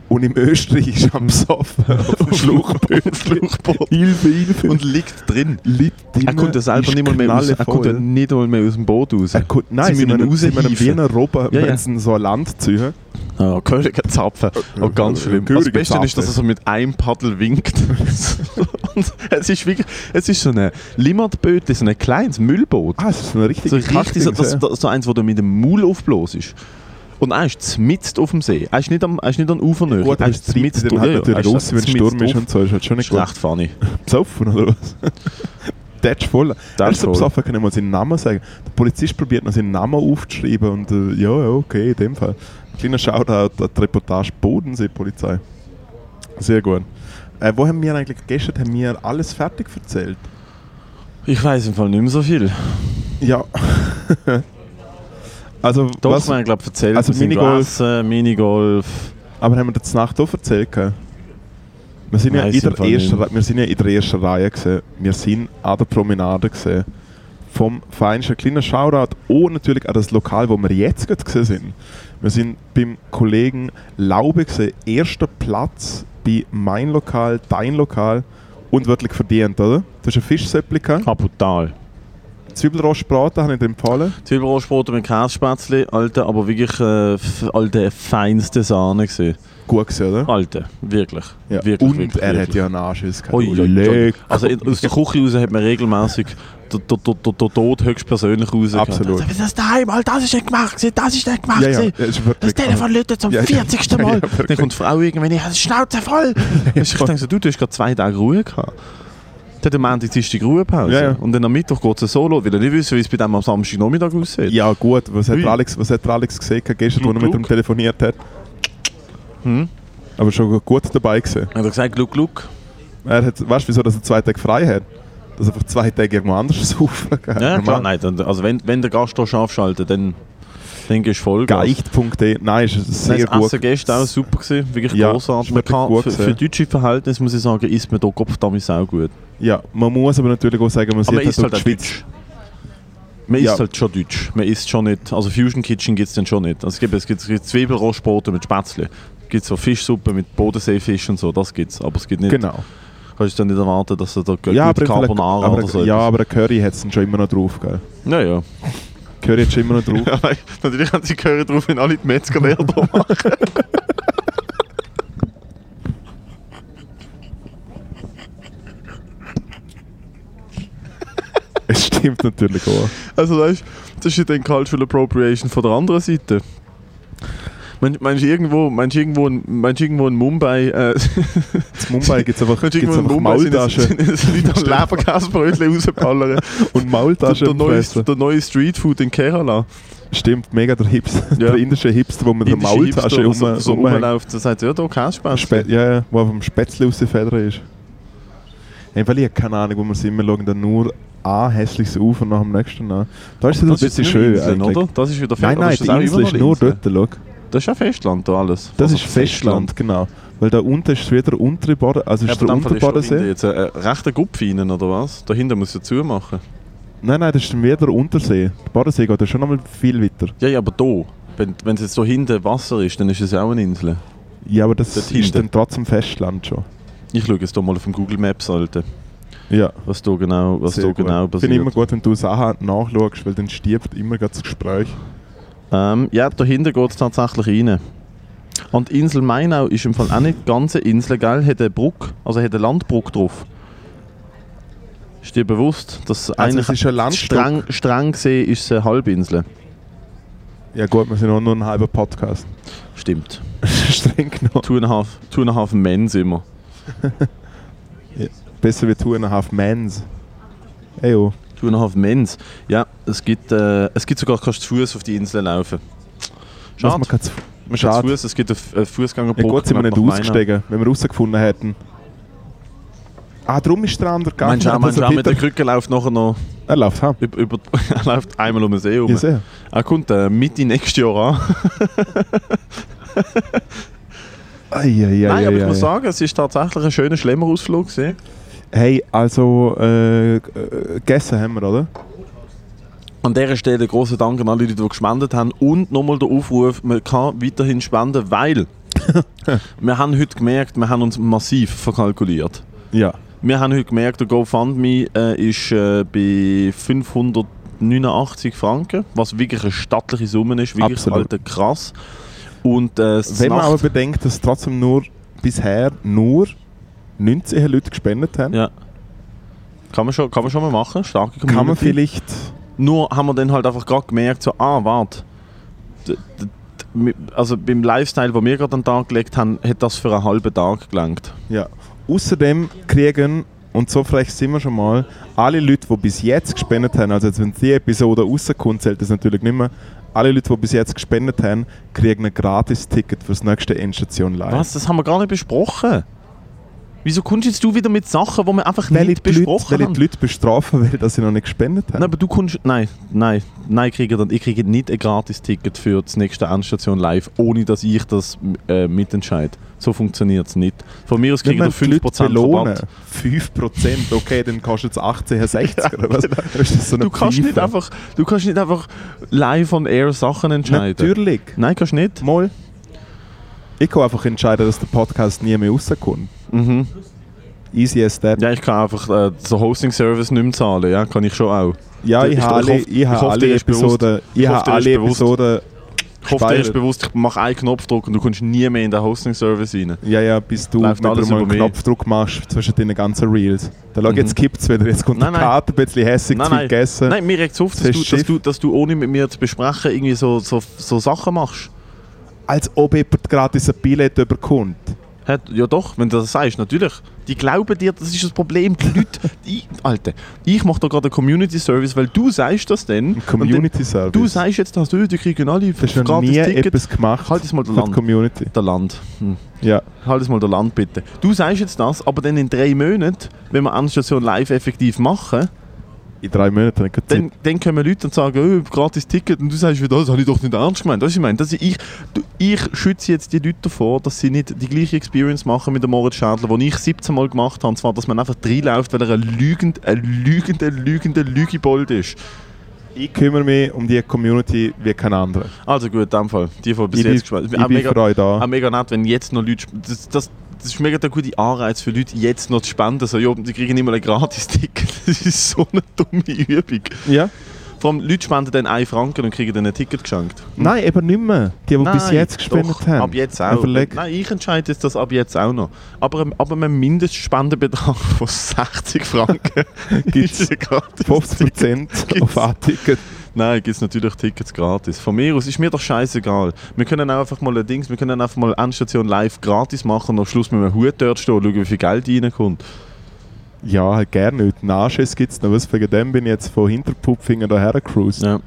A: Und im Österreich ist
B: Mhm.
A: am Soffen
B: *laughs*
A: auf dem Schluchboot.
B: Fluchboot.
A: Hilfe, Hilfe.
B: und liegt drin.
A: liegt drin,
B: Er kommt ja selber
A: ist
B: nicht mal mehr raus. Er kommt ja
A: knallevoll.
B: nicht mal mehr aus dem Boot raus.
A: Er kommt, nein,
B: Sie
A: sie
B: müssen
A: müssen, sie müssen
B: raushieven.
A: wie in Europa,
B: Ja, ja.
A: wenn sie so ein Land ziehen.
B: Ah, Gehöriger Zapfen.
A: Äh,
B: Oh, ganz
A: Ja,
B: schlimm.
A: gehöriger
B: Das Beste
A: Zapfen.
B: ist, dass er so mit einem Paddel winkt. *laughs* und es ist wirklich, es ist so ein Limmatböot, so ein kleines Müllboot.
A: Ah, es ist ein
B: so
A: richtiger
B: richtig, so, das, das, so eins, wo du mit dem Maul aufbläst. Und er ist mitten auf dem See. Er ist nicht, am, er ist nicht an Ufer näher.
A: Gut,
B: er
A: aber es
B: ist
A: treibt
B: mitten
A: dann halt
B: ja, ja, er
A: natürlich
B: ist
A: raus, wenn es
B: mitten
A: Sturm ist
B: drauf.
A: und so. Ist halt schon
B: Das
A: nicht
B: ist
A: gut.
B: recht funny.
A: Besoffen oder
B: *laughs*
A: was? Der ist voll. Der ist so
B: voll.
A: besoffen, kann ich mal seinen Namen sagen. Der Polizist probiert noch seinen Namen aufzuschreiben und äh, ja, ja, okay, in dem Fall. Kleiner Shoutout an die Reportage Bodensee-Polizei. Sehr gut. Äh, wo haben wir eigentlich gestern haben wir alles fertig erzählt?
B: Ich weiß im Fall nicht mehr so viel.
A: Ja. *laughs* also,
B: Doch,
A: was,
B: wir haben, glaube ich, erzählt.
A: Also
B: wir sind
A: Minigolf.
B: Essen, Minigolf.
A: aber haben wir das Nacht auch erzählt? gell? Wir sind, ja
B: Weiss
A: in
B: im
A: der
B: Fall
A: ersten,
B: nicht mehr.
A: Re- wir sind ja in der ersten Reihe. Gewesen. Wir sind an der Promenade. Gewesen. Vom feinsten kleinen Shoutout und natürlich an das Lokal, wo wir jetzt gerade gewesen sind. Wir sind beim Kollegen Laube, gewesen, erster Platz bei Mein Lokal, Dein Lokal und wirklich verdient, oder? Du hast ein Fischsöppli gehabt,
B: Ah, brutal.
A: Zwiebelrostbraten habe ich dir empfohlen.
B: Zwiebelrostbrot mit Kässpätzle, alte, aber wirklich äh, f- alte, feinste Sahne gewesen.
A: Gut gewesen, oder?
B: Alte, wirklich.
A: Ja.
B: wirklich
A: und
B: wirklich,
A: er
B: wirklich.
A: hat ja einen Anschiss gehabt.
B: Ui, ui, ui.
A: Leck.
B: Also in- aus der Küche raus hat man regelmäßig den Tod höchstpersönlich raus.
A: Absolut.
B: Das ist daheim, Alter, das ist nicht gemacht, gewesen, das ist nicht gemacht.
A: ja, ja.
B: gewesen.
A: ja, ist wirklich-
B: Das Telefon läutet zum
A: Ja, ja.
B: 40.
A: Ja, ja,
B: Mal.
A: wirklich.
B: Dann kommt die Frau irgendwann, ich habe die Schnauze voll. *laughs* ich denke so, du, du hast gerade zwei Tage Ruhe gehabt. Dann am Montag ist die Ruhepause.
A: Ja, ja.
B: Und dann am Mittwoch geht es solo, weil er nicht wissen, wie es bei dem am Samstagnachmittag aussieht.
A: Ja gut, was hat,
B: Ui.
A: der Alex, was hat der Alex gesehen gehabt gestern, als er mit
B: Gluck.
A: ihm telefoniert hat? Hm? Aber schon gut dabei gewesen.
B: Hat er gesagt, look, look.
A: Er hat, weißt du, wieso dass er zwei Tage frei hat? Dass er einfach zwei Tage irgendwo anders *laughs* saufen kann.
B: Ja,
A: Normal.
B: klar, nein, dann, also wenn, wenn der Gast hier scharf schaltet, dann, dann gehst du voll.
A: Geicht.de, nein, ist sehr
B: Sehr das
A: gut.
B: Essen gestern auch super gewesen, wirklich
A: Ja,
B: großartig.
A: ist wirklich gut
B: für, für
A: gewesen.
B: deutsche Verhältnisse muss ich sagen, isst man hier Kopfdammis auch gut.
A: Ja, man muss aber natürlich auch sagen, man
B: Aber man
A: sieht
B: isst halt auch
A: geschwitzt.
B: deutsch. Man
A: Ja.
B: isst halt schon deutsch. Man isst schon nicht, also Fusion Kitchen gibt es dann schon nicht. Also es gibt, es gibt, es gibt Zwiebelrostbrote mit Spätzle. Es gibt so Fischsuppe mit Bodenseefisch und so, das gibt's. Aber es gibt nicht,
A: Genau.
B: kannst du dann nicht erwarten, dass er da
A: Ja
B: gut
A: aber, vielleicht-
B: Carbonara
A: aber,
B: oder so
A: ja,
B: etwas-
A: aber ein Curry hat es schon immer noch drauf. Gell?
B: Ja, ja. *laughs*
A: Curry hat schon immer noch drauf.
B: Natürlich haben sie gehört drauf, wenn alle die Metzger leer da *laughs* machen.
A: es stimmt natürlich auch.
B: Also weißt, du, das ist ja dann Cultural Appropriation von der anderen Seite. Mein- Meinst du irgendwo, meinst du irgendwo, in- meinst du irgendwo in Mumbai, äh,
A: In
B: *laughs*
A: Mumbai gibt es einfach,
B: meinst du
A: gibt's
B: irgendwo in
A: einfach
B: Mumbai sind es-
A: Maultaschen.
B: sind
A: *laughs*
B: es Leute am Leberkäsebrötchen rausballern?
A: Und
B: Der,
A: Maultaschen
B: der, neue,
A: fressen.
B: der neue Streetfood in Kerala.
A: Stimmt, mega der Hipster, *laughs*
B: Ja.
A: der indische Hipster, wo man der
B: Indische
A: Maultasche
B: Hipster,
A: um,
B: so, so rumläuft, der sagt, ja, da kein Spaß.
A: Spe ja, ja, wo auf dem Spätzle aus den Federn ist. Ja, weil ich habe keine Ahnung, wo wir sind, wir schauen dann nur ein hässliches auf und nach dem nächsten an. Da ist es ein bisschen schön
B: Inseln,
A: eigentlich.
B: oder? Das ist wieder
A: Nein, nein,
B: Fest-
A: die
B: aber das
A: Insel
B: auch immer
A: ist
B: noch
A: nur
B: Insel?
A: dort, schau.
B: Das ist ja Festland, da alles.
A: Das
B: Also
A: ist Festland, genau. Weil da unten ist wieder der untere Boden, also
B: Ja,
A: ist
B: aber
A: der
B: dann verlierst du doch hinten
A: Unterbodensee.
B: jetzt einen äh, rechten Gupf rein, oder was? Dahinter musst du ja zumachen.
A: Nein, nein, das ist dann wieder der Untersee. Der Bodensee geht ja schon einmal viel weiter.
B: Ja, ja, aber da. Wenn es jetzt so hinten Wasser ist, dann ist es auch eine Insel.
A: Ja, aber das
B: Dort
A: ist
B: hinten.
A: dann trotzdem Festland schon.
B: Ich schaue jetzt hier mal auf dem Google Maps, Alter.
A: Ja.
B: Was da genau, was da
A: Sehr gut.
B: genau
A: Finde ich
B: passiert.
A: immer gut, wenn du Sachen nachschaust, weil dann stirbt immer gerade das Gespräch.
B: Ähm, ja, dahinter geht es tatsächlich rein. Und die Insel Mainau ist im Fall auch nicht die ganze Insel, gell? Hat eine Brücke, also hat eine Landbrücke drauf. Ist dir bewusst, dass
A: Also es ist ein Landstück.
B: streng, streng gesehen ist es eine Halbinsel.
A: Ja gut, wir sind auch nur ein halber Podcast. *laughs*
B: Stimmt.
A: Streng genommen.
B: Two and a half, two and a half Men sind wir.
A: Besser wie two and a half mans. Ejo.
B: Two and a half Men's. Ja, es gibt, äh, es gibt sogar, kannst du zu Fuß auf die Insel laufen.
A: Was,
B: Schade.
A: Man kann zu
B: Man kann zu
A: Schade.
B: Fuß, es gibt eine äh, Fußgängerbrücke.
A: Ja gut, sind wir nicht ausgestiegen, wenn wir rausgefunden hätten. Ah, drum ist der andere gegangen.
B: Meinst du auch,
A: Hat
B: meinst du
A: er
B: auch mit der
A: Peter-
B: Krücke läuft nachher noch
A: Er läuft heim.
B: über, über *laughs* er läuft einmal um den See
A: Ja,
B: rum.
A: sehr.
B: Er kommt äh, Mitte nächstes Jahr an.
A: Eieiei.
B: Nein, aber ich muss sagen, es ist tatsächlich ein schöner Schlemmerausflug gewesen.
A: Hey, also, äh, äh, gegessen haben wir, oder?
B: An dieser Stelle großen Dank an alle Leute, die gespendet haben und nochmal der Aufruf, man kann weiterhin spenden,
A: *laughs*
B: weil wir haben heute gemerkt, wir haben uns massiv verkalkuliert.
A: Ja.
B: Wir haben heute gemerkt, der GoFundMe äh, ist äh, bei 589 Franken, was wirklich eine stattliche Summe ist, wirklich
A: Absolut.
B: Alter, krass. Und äh, das
A: Wenn man
B: Nacht-
A: aber bedenkt, dass trotzdem nur bisher nur 19 Leute gespendet haben,
B: ja. Kann man, schon, kann man schon mal machen, starke Community.
A: kann man vielleicht.
B: Nur haben wir dann halt einfach gerade gemerkt, so, ah, warte, d- d- d- mi- also beim Lifestyle, den wir gerade an den Tag gelegt haben, hat das für einen halben Tag gelangt.
A: Ja. Außerdem kriegen, und so frech sind wir schon mal, alle Leute, die bis jetzt gespendet haben, also jetzt, wenn die Episode rauskommt, zählt das natürlich nicht mehr, alle Leute, die bis jetzt gespendet haben, kriegen ein Gratis-Ticket fürs nächste Endstation live.
B: Was? Das haben wir gar nicht besprochen. Wieso kommst jetzt du wieder mit Sachen, die wir einfach
A: Weil ich
B: nicht
A: die Leute,
B: besprochen
A: weil ich
B: haben?
A: die Leute bestrafen *laughs* will, dass sie noch nicht gespendet haben.
B: Nein, aber du kommst. Nein, nein, nein, ich kriege, dann, ich kriege nicht ein Gratis-Ticket für das nächste Endstation live, ohne dass ich das äh, mitentscheide. So funktioniert es nicht. Von mir aus
A: Wenn
B: kriege
A: man
B: ich 5% Rabatt.
A: 5%, okay, dann kannst du jetzt
B: *laughs*
A: 18, 60 oder was? Dann ist das so eine
B: genau. Du kannst, nicht
A: Pfeife.
B: einfach, du kannst nicht einfach live on air Sachen entscheiden.
A: Natürlich.
B: Nein, kannst nicht.
A: Mal. Ich kann einfach entscheiden, dass der Podcast nie mehr rauskommt.
B: Mhm.
A: Easy as that.
B: Ja, ich kann einfach äh, den Hosting-Service nicht mehr zahlen. Ja, kann ich schon auch.
A: Ja, ich,
B: Ich-
A: habe
B: ich
A: alle,
B: hoffe-
A: ich habe
B: ich hoffe,
A: alle
B: dir ist
A: Episoden. Ich
B: Ich hoffe,
A: habe
B: dir ist
A: alle
B: bewusst.
A: Episoden.
B: Ich hoffe, dir ist
A: Gespeichert.
B: bewusst, ich mache einen Knopfdruck und du kommst nie mehr in den Hosting-Service rein.
A: Ja, ja, bis du
B: Läuft
A: wieder
B: alles
A: mal einen
B: über mich.
A: Knopfdruck machst zwischen deinen ganzen Reels. Da schau, jetzt
B: Mhm.
A: kippt's wieder. Jetzt kommt
B: Nein,
A: der
B: nein.
A: Kater ein bisschen hässig,
B: Nein,
A: zu viel
B: nein.
A: gegessen.
B: Nein, mir regt es auf, dass
A: Das
B: du,
A: ist
B: dass,
A: Schiff.
B: du, dass du ohne mit mir zu besprechen irgendwie so, so, so Sachen machst.
A: Als ob jemand gratis ein Billett überkommt.
B: Hä? Ja doch, wenn du das sagst, natürlich. Die glauben dir, das ist das Problem. Die Leute, ich, Alter, ich mache da gerade einen Community-Service, weil du sagst das dann.
A: Ein
B: und dann
A: Community-Service.
B: Du sagst jetzt, dass du, die kriegen alle
A: Das ist noch
B: gratis
A: nie
B: Ticket.
A: etwas gemacht
B: Halt es mal
A: für die
B: lang.
A: Community.
B: Der Land. Hm.
A: Ja.
B: Halt es mal der Land bitte. Du sagst jetzt das, aber dann in drei Monaten, wenn wir Endstation live effektiv machen,
A: In drei Monaten habe ich keine Zeit.
B: dann, dann kommen Leute und sagen, oh, gratis Ticket und du sagst wieder, das habe ich doch nicht ernst gemeint. Weißt du, was ich meine, dass ich, du, ich schütze jetzt die Leute davor, dass sie nicht die gleiche Experience machen mit dem Moritz Schädler, die ich 17 Mal gemacht habe, und zwar, dass man einfach reinläuft, weil er ein lügend, ein lügender, lügender Lügebold ist.
A: Ich kümmere mich um die Community wie kein anderer.
B: Also gut, in dem Fall. Die von bis
A: Ich bin,
B: jetzt
A: ich
B: gespielt.
A: bin für euch da.
B: Auch mega nett, wenn jetzt noch Leute. sp- Das, das, das ist mega der gute Anreiz für Leute, jetzt noch zu spenden. So, jo, die kriegen immer ein Gratis-Ticket. *laughs* Das ist so eine dumme Übung.
A: Ja?
B: Vor allem, Leute spenden dann 1 Franken und kriegen dann ein Ticket geschenkt.
A: Nein, eben nicht mehr. Die, die bis
B: Nein,
A: jetzt gespendet
B: doch,
A: haben.
B: Ab jetzt auch.
A: Überleg.
B: Nein, ich entscheide jetzt das ab jetzt auch noch. Aber, aber ein Mindestspendenbetrag *laughs* von 60 Franken
A: *laughs* Gibt's.
B: ist ja gratis. *laughs*
A: 50% auf ein Ticket.
B: Nein, gibt es natürlich Tickets gratis. Von mir aus ist mir doch scheißegal. Wir können auch einfach mal ein Dings, wir können einfach mal Endstation live gratis machen und am Schluss mit einem Hut dort stehen und schauen, wie viel Geld reinkommt.
A: Ja, halt gerne nicht. Einen Anschiss gibt es noch. Was wegen dem bin ich jetzt von Hinterpupfingen daher gecruised.
B: Ja.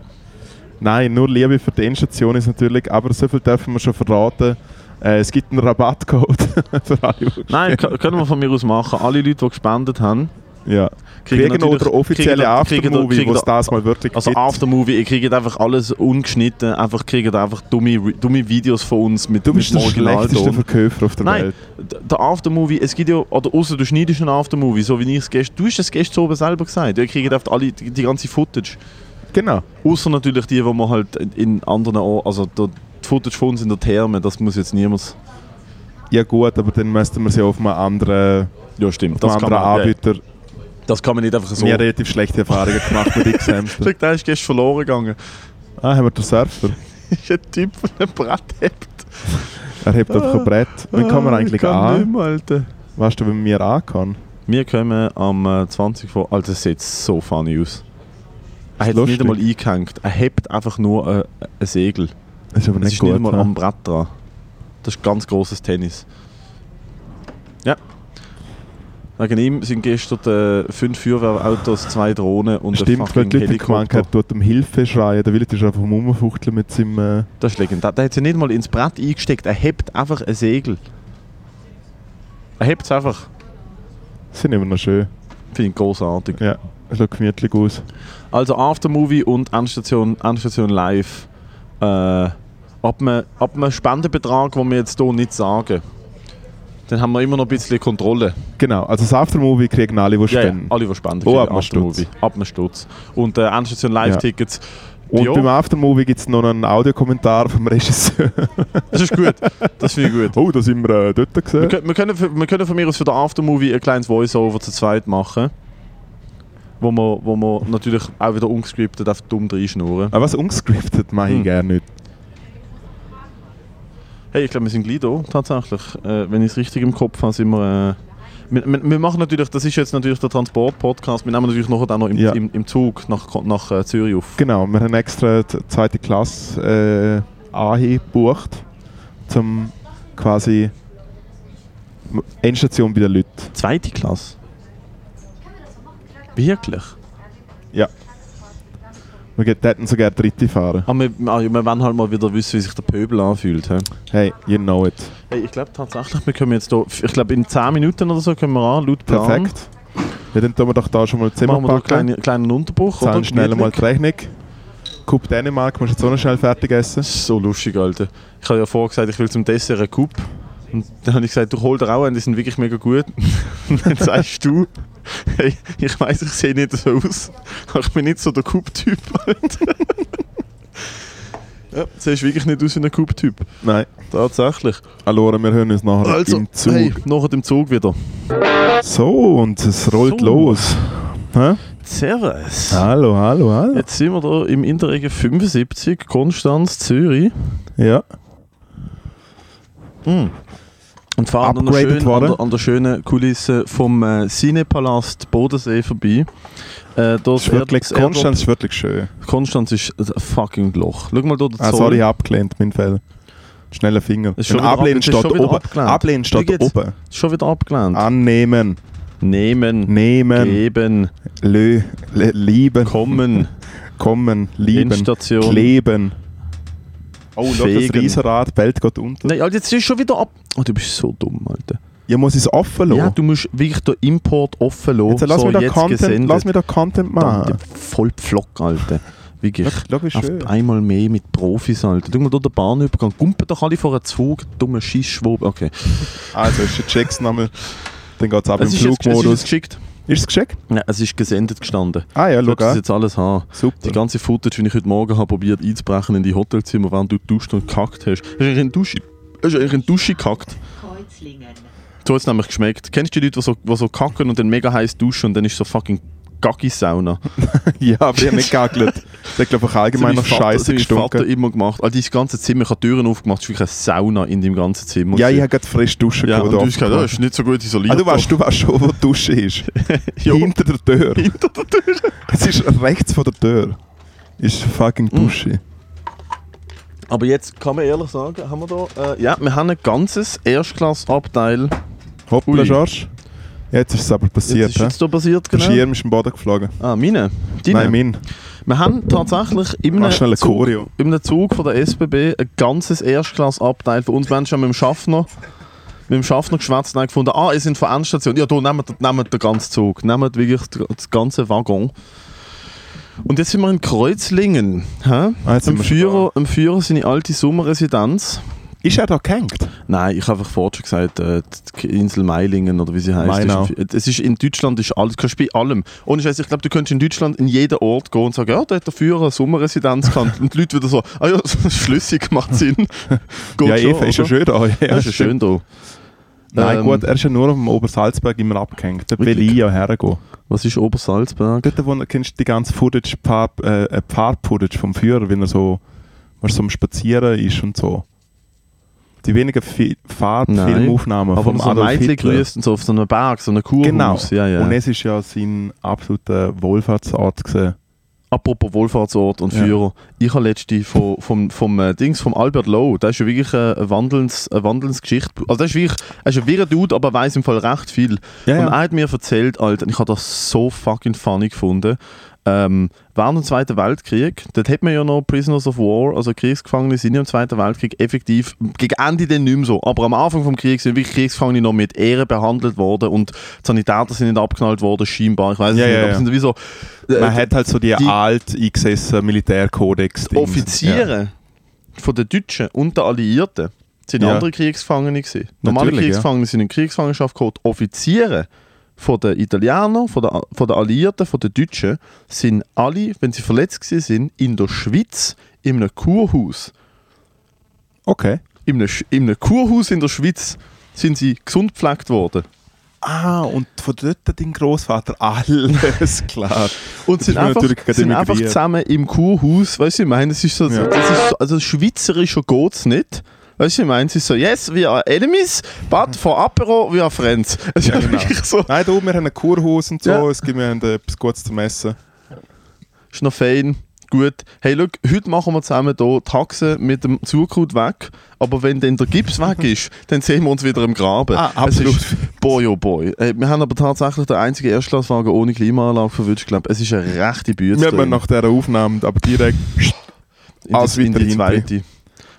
A: Nein, nur Liebe für die Endstation ist natürlich, aber so viel dürfen wir schon verraten. Äh, es gibt einen Rabattcode *laughs* für alle. die
B: Nein, k- können wir von mir aus machen. Alle Leute, die gespendet haben,
A: Ja. Kriegen
B: natürlich-
A: oder
B: kriegen-
A: offizielle
B: kriegen-
A: Aftermovie,
B: kriegen-
A: wo es das mal wirklich
B: Also
A: gibt.
B: Aftermovie, ihr kriegt einfach alles ungeschnitten, einfach kriegt einfach dumme, Re- dumme Videos von uns mit,
A: Du bist
B: mit
A: der
B: dem
A: schlechteste
B: Originalton.
A: Verkäufer auf der
B: Nein,
A: Welt.
B: d- der Aftermovie, es gibt ja, oder außer du schneidest einen Aftermovie, so wie ich es gestern, du hast es gestern oben selber gesagt, ihr kriegt einfach alle, die, die ganze Footage.
A: Genau.
B: Außer natürlich die, die man halt in anderen Orten, also der, die Footage von uns in der Therme, das muss jetzt niemand.
A: Ja gut, aber dann müssten wir sie auf einem anderen,
B: Ja, stimmt.
A: auf einem
B: Das kann,
A: anderen
B: man, ja,
A: Anbieter.
B: das kann man nicht einfach so.
A: Wir haben relativ schlechte Erfahrungen gemacht mit
B: *laughs*
A: X-Hamster.
B: Schau, der ist gestern verloren gegangen. *laughs*
A: ah, haben wir den Surfer.
B: ist ein Typ, der ein Brett hebt.
A: Er hebt einfach ein Brett. Wann kann man
B: Ah,
A: eigentlich an? Weißt du, wenn wir an kann?
B: Wir kommen am äh, 20 vor. Alter, das sieht so funny aus. Er hat es
A: lustig.
B: nicht einmal eingehängt. Er hebt einfach nur äh, ein Segel.
A: Das ist aber
B: Es
A: nicht
B: ist nicht
A: gut.
B: einmal
A: hä?
B: am Brett dran. Das ist ganz großes Tennis. Ja. Wegen ihm sind gestern äh, fünf Feuerwehrautos, zwei Drohnen und ein
A: Stimmt, weil
B: fucking
A: die Leute gemeint
B: Helikopter.
A: haben, tut um Hilfe schreien. Der Willi ist einfach am Rumfuchteln mit seinem... Äh,
B: Das ist legendär. Der hat sich nicht mal ins Brett eingesteckt. Er hebt einfach ein Segel. Er hebt es einfach.
A: sind immer noch schön.
B: Finde ich großartig.
A: Ja, es schaut gemütlich aus.
B: Also Aftermovie und Endstation, Endstation Live. Äh, ab einem, ab einem Spendenbetrag, den wir jetzt hier nicht sagen, dann haben wir immer noch ein bisschen Kontrolle.
A: Genau, also das Aftermovie kriegen alle, die
B: Ja, ja,
A: spenden.
B: alle, die spenden,
A: Oh,
B: kriegen
A: ab einem
B: Aftermovie. Ab einem Stutz. Und äh, Endstation Live-Tickets.
A: Und
B: Ja,
A: beim Aftermovie gibt es noch einen Audiokommentar vom Regisseur. *laughs*
B: das ist gut. Das finde ich gut. *laughs*
A: oh, da sind wir äh, dort
B: Wir
A: gesehen.
B: können, wir, können, für- wir können von mir aus für den Aftermovie ein kleines Voice-Over zu zweit machen. Wo wir, wo wir natürlich auch wieder ungescriptet auf dumm reinschnurren.
A: Aber Ah, was ungescriptet mache ich
B: Hm.
A: gerne nicht.
B: Hey, ich glaube, wir sind gleich da, tatsächlich. Äh, wenn ich es richtig im Kopf habe, sind wir... Äh, wir, wir, wir machen natürlich, das ist jetzt natürlich der Transport-Podcast, wir nehmen natürlich nachher auch noch im,
A: Ja.
B: im, im Zug nach, nach äh, Zürich auf.
A: Genau, wir haben extra die zweite Klasse äh, Anhieb bucht, zum quasi Endstation bei den Leuten.
B: Zweite Klasse. Wirklich?
A: Wir geht- hätten sogar dritte fahren.
B: Aber wir, ah, ja, wir wollen halt mal wieder wissen, wie sich der Pöbel anfühlt. He?
A: Hey, you know it.
B: Hey, ich glaube tatsächlich, wir können jetzt hier, ich glaube in 10 Minuten oder so können wir an, laut Plan.
A: Perfekt. Ja, dann tun wir doch da schon mal Zimmer
B: Machen wir da einen
A: packen.
B: kleinen, kleinen Unterbruch.
A: Zahlen schnell mal die
B: Gemütlich.
A: Rechnung. Coupe Dänemark, musst du jetzt auch noch schnell fertig essen.
B: Das ist so lustig, Alter. Ich habe ja vorher gesagt, ich will zum Dessert einen Coupe. Und dann habe ich gesagt, du hol dir auch einen, die sind wirklich mega gut. *laughs* Und dann sagst du, hey, ich weiß, ich sehe nicht so aus, aber ich bin nicht so der Coupe-Typ, Alter. *laughs* ja, du siehst wirklich nicht aus wie ein Coupe-Typ.
A: Nein,
B: Tatsächlich.
A: Alora, wir hören uns nachher
B: Also,
A: im Zug.
B: hey, nachher dem Zug wieder.
A: So, und es rollt
B: So.
A: los. Hä?
B: Servus.
A: Hallo, hallo, hallo.
B: Jetzt sind wir da im Interregen 75, Konstanz, Zürich.
A: Ja,
B: Und fahren dann noch
A: Upgraded
B: schön an
A: worden.
B: der, an der schönen Kulisse vom äh, Cinepalast Bodensee vorbei. Äh, dort
A: ist wirklich,
B: Erd-
A: Konstanz ist wirklich schön.
B: Erd- Konstanz ist ein fucking Loch. Schau mal hier den
A: Ah,
B: Zoll.
A: sorry, abgelehnt, mein Fehler. Schneller Finger.
B: Ist schon
A: Ein
B: wieder
A: Ablehnen
B: ab- ist
A: steht
B: schon wieder
A: oben.
B: abgelehnt.
A: Ablehnen
B: Wie
A: steht
B: geht's?
A: oben.
B: Ist schon wieder abgelehnt.
A: Annehmen,
B: Nehmen,
A: Ah. nehmen,
B: geben,
A: lö, le, lieben,
B: kommen,
A: *laughs* kommen, lieben,
B: Endstation.
A: kleben. Oh, schau, das
B: Fegen.
A: Riesenrad, die Welt geht unter.
B: Nein, Alter, jetzt ist schon wieder ab... Oh, du bist so dumm, Alter.
A: Ja, muss ich es offen lassen?
B: Ja, du musst wirklich den Import offen lassen.
A: Jetzt lass,
B: so,
A: mir da
B: jetzt
A: Content,
B: gesendet.
A: lass mir da Content machen.
B: Alter, voll Pflock, Alter. Wirklich.
A: Schau, wie schön.
B: Auf einmal mehr mit Profis, Alter. Du mal hier den Bahnübergang. Gumpen doch alle vor einem Zug, dummer Schissschwob. Okay.
A: Also, ich check's nochmal. Dann geht's ab im
B: Es ist, jetzt, es ist jetzt
A: Flugmodus.
B: geschickt.
A: Ist es geschickt?
B: Nein, es ist gesendet gestanden.
A: Ah ja,
B: Du
A: schau
B: solltest das
A: an.
B: jetzt alles haben. Die
A: Super.
B: ganze Footage, die ich heute Morgen habe probiert einzubrechen in die Hotelzimmer, während du duscht und gekackt hast. Hast du eigentlich in die Dusche, hast du eigentlich in die Dusche gekackt?
D: Kreuzlingen.
B: So hat es nämlich geschmeckt. Kennst du die Leute, die so, die so kacken und dann mega heiß duschen und dann ist so fucking Gaggi-Sauna?
A: Ja, aber ich hab nicht gegagelt. Das hat, glaube ich, allgemein nach
B: Das hat Also mein Vater- das hat
A: Scheiße
B: mein Vater
A: gestunken.
B: immer gemacht. Also dein ganze Zimmer, ich habe Türen aufgemacht, es war wirklich eine Sauna in deinem ganzen Zimmer.
A: Ja, ich habe gerade frisch duschen
B: ja, und du
A: da
B: hast gesagt,
A: offen.
B: das ist nicht so gut isoliert.
A: ah, du, weißt, du weißt schon, wo die Dusche ist.
B: *laughs* Ja.
A: Hinter der Tür. Hinter der Tür. *laughs* Es ist rechts von der Tür. Ist fucking
B: Mm.
A: Dusche.
B: Aber jetzt kann man ehrlich sagen, haben wir da... Äh, ja, wir haben ein ganzes Erstklassabteil.
A: Hoppla,
B: Ui.
A: George. Jetzt ist es aber
B: Das
A: passiert.
B: ist
A: hä?
B: jetzt da passiert,
A: Der
B: genau.
A: Schirm ist im Boden geflogen.
B: Ah, meine? Deine?
A: Nein, mein.
B: Wir haben tatsächlich in
A: Mach
B: einem,
A: schnell ein
B: Zug,
A: Choreo.
B: in einem Zug von der SBB ein ganzes Erstklassabteil von uns Menschen haben mit dem Schaffner mit dem Schaffner geschwätzt und haben gefunden, ah, ihr seid von Endstation. Ja, du nehmt, nehmt den ganzen Zug. Nehmt wirklich d- das ganze Waggon. Und jetzt sind wir in Kreuzlingen. Hä?
A: Ah, jetzt sind
B: Im
A: wir schon
B: Führer, im Führer seine alte Sommerresidenz.
A: Ist er da gehängt?
B: Nein, ich habe einfach vorher schon gesagt, äh, die Insel Meilingen oder wie sie heißt.
A: Mainau.
B: ist ein- Es ist in Deutschland ist alles, du kannst bei allem. Ohne Scheiß, ich glaube, du könntest in Deutschland in jeden Ort gehen und sagen, ja, da hat der Führer eine Sommerresidenz
A: *laughs*
B: gehabt. und die Leute wieder so, ah ja, *laughs* das ist schlüssig macht Sinn. Geht
A: ja, Eva ist ja
B: oder?
A: schön da. *laughs* Ja,
B: Ja, ist ja schön da.
A: Nein,
B: Ähm,
A: gut, er ist ja nur auf dem Obersalzberg immer abgehängt. Dort will
B: Wirklich?
A: ich ja hergehen.
B: Was ist Obersalzberg?
A: Dort wo, kennst du die ganze Footage, Fahr, äh, Fahr-Footage vom Führer, wenn er so, wenn er so am Spazieren ist und so. Die wenigen Fi-
B: Nein.
A: Fahrtfilmaufnahmen
B: Aber
A: vom
B: so ein
A: Adolf
B: Mädchen
A: Hitler.
B: grüßt und so auf so einem Berg, so einem Kurhaus.
A: Genau.
B: Ja, ja.
A: Und es ist ja sein absoluter Wohlfahrtsort gewesen.
B: Apropos Wohlfahrtsort und
A: Ja.
B: Führer, ich habe letzte von, vom, vom äh, Dings, vom Albert Lowe, der ist ja wirklich äh, ein Wandelns, eine Wandelsgeschichte. Also der ist wirklich, er ist ein wirrer Dude, aber weiß im Fall recht viel.
A: Ja,
B: Und
A: ja.
B: er hat mir erzählt, Alter, und ich habe das so fucking funny gefunden. Ähm, während dem Zweiten Weltkrieg, dort hat man ja noch Prisoners of War, also Kriegsgefangene sind ja im Zweiten Weltkrieg effektiv, gegen Ende dann nicht mehr so, aber am Anfang vom Krieg sind wirklich Kriegsgefangene noch mit Ehre behandelt worden und die Sanitäter sind nicht abknallt worden, scheinbar, ich weiß es
A: Ja,
B: nicht,
A: ja,
B: aber
A: ja.
B: sind wie so... äh,
A: Man hat halt so die,
B: die-
A: alt eingesessenen Militärkodex.
B: die Offiziere von den Deutschen und den Alliierten sind
A: Ja.
B: andere Kriegsgefangene gewesen. Normale
A: Natürlich, ja.
B: Kriegsgefangene sind in Kriegsgefangenschaft gekommen. Die Offiziere von den Italienern, von den, von den Alliierten, von den Deutschen sind alle, wenn sie verletzt gewesen sind, in der Schweiz in einem Kurhaus.
A: Okay.
B: In einem, Sch- in einem Kurhaus in der Schweiz sind sie gesund gepflegt worden.
A: Ah, und von dort dein Großvater, *laughs* alles klar.
B: Und
A: Das ist
B: sind
A: mir
B: einfach,
A: natürlich gerade
B: sind
A: emigriert.
B: einfach zusammen im Kurhaus, weißt du, ich meine, das ist so,
A: Ja.
B: das ist so also schweizerischer geht's nicht. Weißt du, ich meine, es ist so, yes, we are enemies, but for Apero, we are friends. *laughs* Es ist
A: genau.
B: wirklich so,
A: Nein, du, wir haben ein Kurhaus und so,
B: Ja.
A: es gibt mir etwas Gutes zum Essen.
B: ist noch fein. Gut, hey, look, heute machen wir zusammen hier Taxen mit dem Zugrut weg, aber wenn dann der
A: *laughs*
B: Gips weg ist, dann sehen wir uns wieder im Graben.
A: Ah,
B: Es
A: absolut.
B: Ist, boy, oh boy. Äh, wir haben aber tatsächlich den einzigen Erstklasswagen ohne Klimaanlage verwünscht, glaube Es ist eine rechte Bühne.
A: Wir haben nach dieser Aufnahme aber direkt.
B: in die,
A: alles
B: in die
A: weiter hinten.
B: zweite.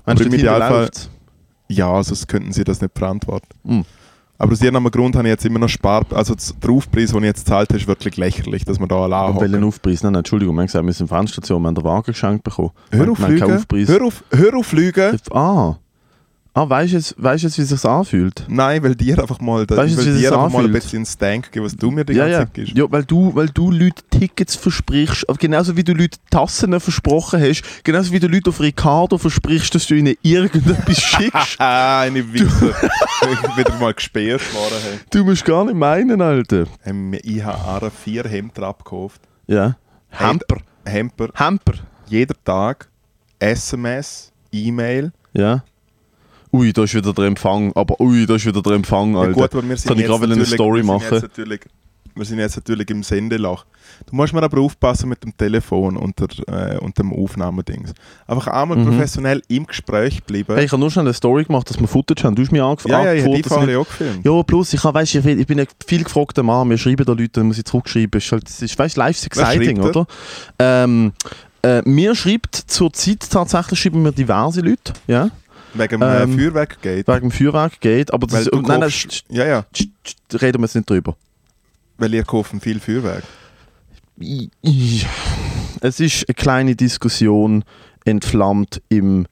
B: Meinst du,
A: im
B: dort hinten
A: Idealfall-
B: läuft's?
A: Ja, sonst könnten sie das nicht verantworten.
B: Mm.
A: Aber aus irgendeinem Grund habe ich jetzt immer noch Spar. Also das- der Aufpreis, den ich jetzt zahlt habe, ist wirklich lächerlich, dass man da allein
B: Aber
A: hockt.
B: welchen Aufpreis? Nein, nein, Entschuldigung, wir haben gesagt, wir sind Fahrenstation, wir haben den Wagen geschenkt bekommen.
A: Hör
B: Wir
A: auf,
B: haben keinen
A: Lügen.
B: Aufpreis.
A: Hör auf, hör auf Lügen.
B: Ah, ah weißt du jetzt, weißt du jetzt, wie es sich anfühlt?
A: Nein, weil dir einfach mal, da,
B: Weißt du,
A: weil
B: wie das
A: dir einfach mal ein
B: anfühlt?
A: bisschen ins Denken geben, was du mir die
B: Ja,
A: ganze
B: ja.
A: Zeit gibst.
B: ja weil, du, weil du Leuten Tickets versprichst, aber genauso wie du Leuten Tassen versprochen hast, genauso wie du Leuten auf Ricardo versprichst, dass du ihnen irgendetwas *laughs* schickst.
A: Ah, eine *laughs* Wiese. wieder mal gesperrt worden. Hey.
B: Du musst gar nicht meinen, Alter.
A: Ähm, ich habe vier Hemder abgekauft.
B: Ja.
A: Hey,
B: Hamper.
A: Hemper.
B: Hamper.
A: Jeder Tag. SMS, E-Mail.
B: Ja. Ui, da ist wieder der Empfang. Aber ui, da ist wieder der Empfang,
A: Ja,
B: Alter.
A: gut, aber wir sind
B: Kann ich
A: jetzt
B: gerade eine
A: natürlich-
B: Story
A: wir sind
B: machen?
A: Jetzt natürlich, wir sind jetzt natürlich im Sendelach. Du musst mir aber aufpassen mit dem Telefon und, der, äh, und dem Aufnahmedings. Einfach einmal professionell im Gespräch bleiben.
B: Mhm. Hey, ich habe nur schon eine Story gemacht, dass wir Footage haben. Du hast mich angefragt.
A: ja, ja, ich habe die
B: Fotos mit-
A: Frage auch gefilmt.
B: Ja, plus, ich, hab, weißt, ich, ich bin ein viel gefragter Mann, mir schreiben da Leute, dann muss ich zurückschreiben. Ist halt, das ist, weißt, live ist exciting,
A: schreibt er?
B: oder? Ähm, äh, mir schreibt zurzeit tatsächlich schreiben mir diverse Leute, ja,
A: Wegen dem ähm,
B: ähm,
A: Feuerwerk geht.
B: wegen dem Feuerwerk geht, aber
A: Weil
B: das
A: du
B: nein, nein,
A: kaufst-
B: sch-
A: Ja, ja,
B: sch- sch- reden wir jetzt nicht drüber.
A: weil ihr kaufen viel Feuerwerk.
B: I- i- Es ist eine kleine Diskussion entflammt im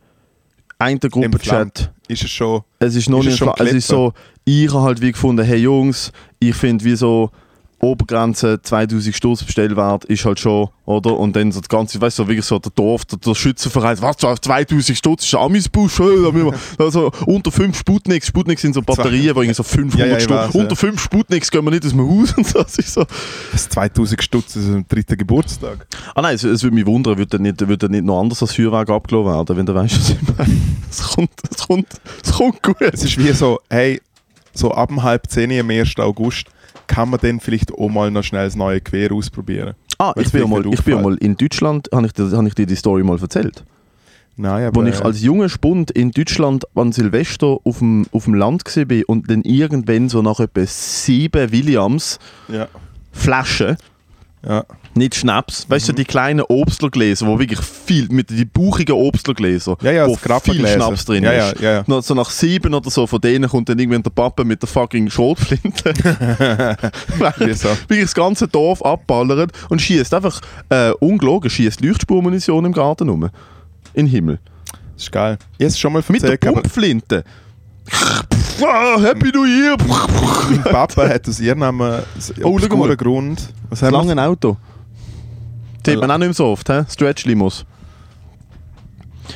B: einen Gruppenchat.
A: Entflammt. Ist es schon...
B: Es ist noch
A: Ist es
B: nicht
A: schon
B: klar. Es ist so, ich habe halt wie gefunden, hey Jungs, ich finde wie so Obergrenze 2000 Stutz Bestellwert ist halt schon, oder? Und dann so das ganze, weißt du, so wirklich so der Dorf, der, der Schützenverein, was, 2000 Stutz ist ein Amisbusch, äh,
A: *laughs*
B: da müssen wir- also unter 5 Sputniks, Sputniks sind so Batterien, wo irgendwie so 500
A: Ja, ja, ich
B: Stutz,
A: weiß, ja.
B: unter 5 Sputniks gehen wir nicht aus dem Haus *laughs* und so. Es ist so.
A: Das 2000 Stutz ist am dritten Geburtstag.
B: Ah nein, es, es würde mich wundern, würde dann nicht, würde dann nicht noch anders als Feuerwerk abgelaufen werden, wenn du weißt, was ich meine. *laughs* Es kommt, es kommt, es kommt gut.
A: Es ist wie so, hey, so ab dem halb 10 Uhr am 1. August kann man dann vielleicht auch mal noch schnell das neue Gewehr ausprobieren.
B: Ah,
A: Weil
B: ich
A: es
B: bin, ja
A: vielleicht
B: mal,
A: nicht
B: ich bin ja
A: auffällt.
B: mal in Deutschland, habe ich, dir- hab ich dir die Story mal erzählt.
A: Nein,
B: Wo
A: aber... äh,
B: ich als junger Spund in Deutschland an Silvester auf dem, auf dem Land war und dann irgendwann so nach etwa sieben Williams
A: ja,
B: Flaschen,
A: ja.
B: nicht Schnaps, weißt
A: Mhm.
B: du, die kleinen Obstlergläser, wo wirklich viel, mit den buchigen Obstlergläser,
A: Ja, ja,
B: wo
A: das Grappa
B: viel
A: gelesen.
B: Schnaps drin
A: ja,
B: ist.
A: Ja, ja, ja.
B: Noch So nach sieben oder so von denen kommt dann irgendwann der Papa mit der fucking Schrotflinte.
A: *laughs* Wie so.
B: bin ich das ganze Dorf abballert und schießt einfach äh, ungelogen, schießt Leuchtspurmunition im Garten rum. In den Himmel.
A: Das ist geil. Ich hab's schon mal
B: Mit der
A: erzählt, aber
B: Pumpflinte. Ah, Happy New Year!
A: mein Papa hat aus ihrem Namen
B: *laughs*
A: aus
B: Oh, schau mal.
A: obskuren Grund... Was
B: Das
A: haben wir?
B: lange Auto. Sieht man auch nicht mehr so oft, hä? Stretch-Limos.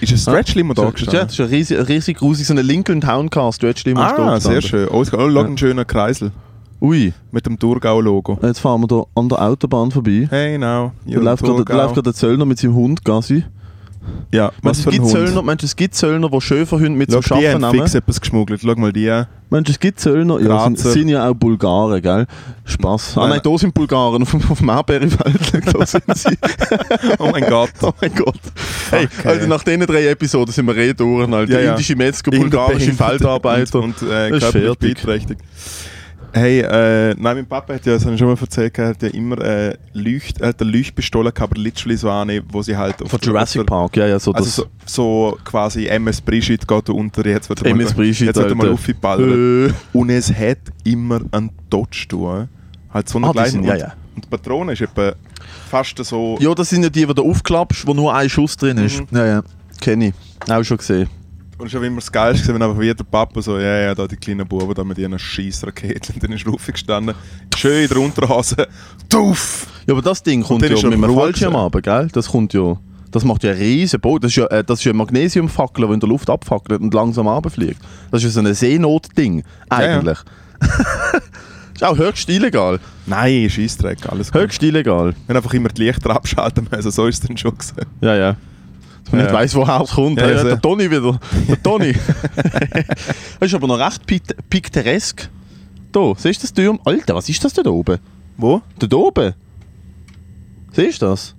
A: Ist ein Stretch-Limo da
B: Ja,
A: gestanden?
B: das ist ein riesig, ein riesig grusig, so eine Lincoln Town Car Stretch-Limo ist da
A: Ah, sehr
B: gestanden.
A: schön. Oh, es- oh schau, ein schöner Kreisel
B: Ui,
A: mit dem Thurgau-Logo.
B: jetzt fahren wir hier an der Autobahn vorbei.
A: Hey, now,
B: Da
A: you're
B: läuft gerade da läuft gerade der Zöllner mit seinem Hund, Gassi.
A: Ja, was
B: Meinst
A: für
B: du, es
A: ein
B: gibt Zöllner,
A: Hund.
B: meinst du, es gibt Zöllner, die Schäferhunde mit
A: Schau,
B: zum
A: die
B: Schaffen
A: haben
B: nehmen?
A: fix etwas geschmuggelt. Schau mal
B: *laughs*
A: die an.
B: Mensch, es gibt Zöllner, ja, sind,
A: Grazer.
B: sind ja auch Bulgaren, gell? Spaß. Ah
A: Nein,
B: nein, da sind Bulgaren, auf, auf dem Arberifeld, *laughs* da sind sie.
A: Oh mein Gott.
B: Oh mein Gott. Hey,
A: Fuck, ey.
B: also nach diesen drei Episoden sind wir eh durch, Alter.
A: Ja, ja.
B: Indische Metzger,
A: Inder,
B: bulgarische
A: Behinderte
B: Feldarbeiter.
A: Und, und äh,
B: Das ist
A: körperlich
B: fertig.
A: beeinträchtigt. Hey, äh, nein, mein Papa hat ja, das habe ich schon mal erzählt, er hat ja immer äh, Leucht, er hat eine Leuchtpistole gehabt, aber literally so eine, wo sie halt... auf-
B: Von Jurassic
A: auf der-
B: Park, ja, ja, so
A: Also so, so quasi MS Brigitte geht unter, jetzt wird
B: das.
A: er
B: MS
A: mal,
B: Brigitte,
A: jetzt wird er mal
B: Alter.
A: aufgeballert.
B: Äh.
A: Und es hat immer einen Dodge tun. Halt so einen
B: Ah, die
A: kleinen.
B: sind-
A: und,
B: ja, ja.
A: und die Patrone ist etwa fast so...
B: Äh. Ja, das sind ja die, die du aufklappst, wo nur ein Schuss drin ist.
A: Mhm.
B: Ja, ja. Kenn ich. Auch schon gesehen.
A: Und es war immer das Geilste, gewesen, wenn einfach wieder der Papa so, ja, ja, da die kleinen Buben da mit ihren Schießraketen. Und *laughs* dann ist er aufgestanden, schön in der Unterhose, tuff!
B: Ja, aber das Ding kommt
A: dann
B: ja
A: ist er
B: mit einem
A: Ruhe
B: Fallschirm
A: gewesen.
B: runter, gell? Das kommt ja... Das macht ja einen riesen Boot. Das ist ja, äh, das ist ja eine Magnesiumfackel, die in der Luft abfackelt und langsam runterfliegt. Das ist ja so ein Seenotding,
A: ja.
B: eigentlich. *laughs* ist auch höchst illegal.
A: Nein, Schießdreck, alles gut.
B: Höchst illegal.
A: Wir haben einfach immer die Lichter abschalten müssen, so ist es dann schon gewesen.
B: Ja, ja. Dass man
A: Ja,
B: nicht
A: ja.
B: weiss, woher es kommt.
A: Ja,
B: Ja,
A: ja, sehr.
B: Also, der Toni wieder.
A: *laughs*
B: Der Toni. das ist aber noch recht pit- piktoresk. Da, siehst du das Türm? Alter, was ist das da oben?
A: Wo?
B: Da oben? Siehst du das?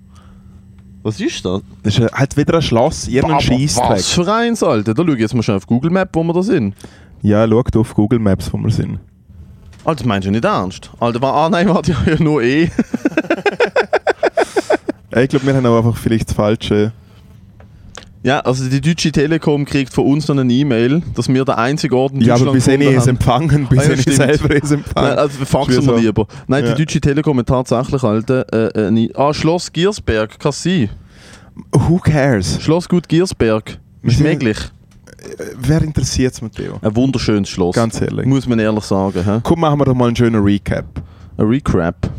B: Was ist das?
A: Das ist halt wieder ein Schloss, irgendein Scheissdreck.
B: Was für eins, Alter? Da schau ich jetzt mal schnell auf Google Map, wo wir da sind.
A: Ja, schaut auf Google Maps, wo wir sind.
B: Alter, das meinst du nicht ernst? Alter, wa- ah nein, warte, *laughs* ich habe ja nur eh.
A: Ja, Ich glaube, wir haben auch einfach vielleicht das falsche.
B: Ja, also die Deutsche Telekom kriegt von uns noch eine E-Mail, dass wir der einzige Ort in
A: Ja, aber bis ich
B: gefunden
A: es
B: haben.
A: empfangen, bis
B: Ah, ja,
A: ich
B: stimmt.
A: selber es
B: Nein,
A: empfangen.
B: also faxen
A: Schwierig
B: wir
A: so.
B: lieber. Nein,
A: Ja.
B: die Deutsche Telekom hat tatsächlich, Alter, äh, eine, ah, Schloss Giersberg, kann sein.
A: Who cares?
B: Schloss Gut Giersberg,
A: Wir
B: ist
A: sind-
B: möglich.
A: Wer interessiert es, Matteo?
B: Ein wunderschönes Schloss.
A: Ganz ehrlich.
B: Muss man ehrlich sagen. He?
A: Komm, machen wir doch mal einen schönen Recap.
B: Ein Recap.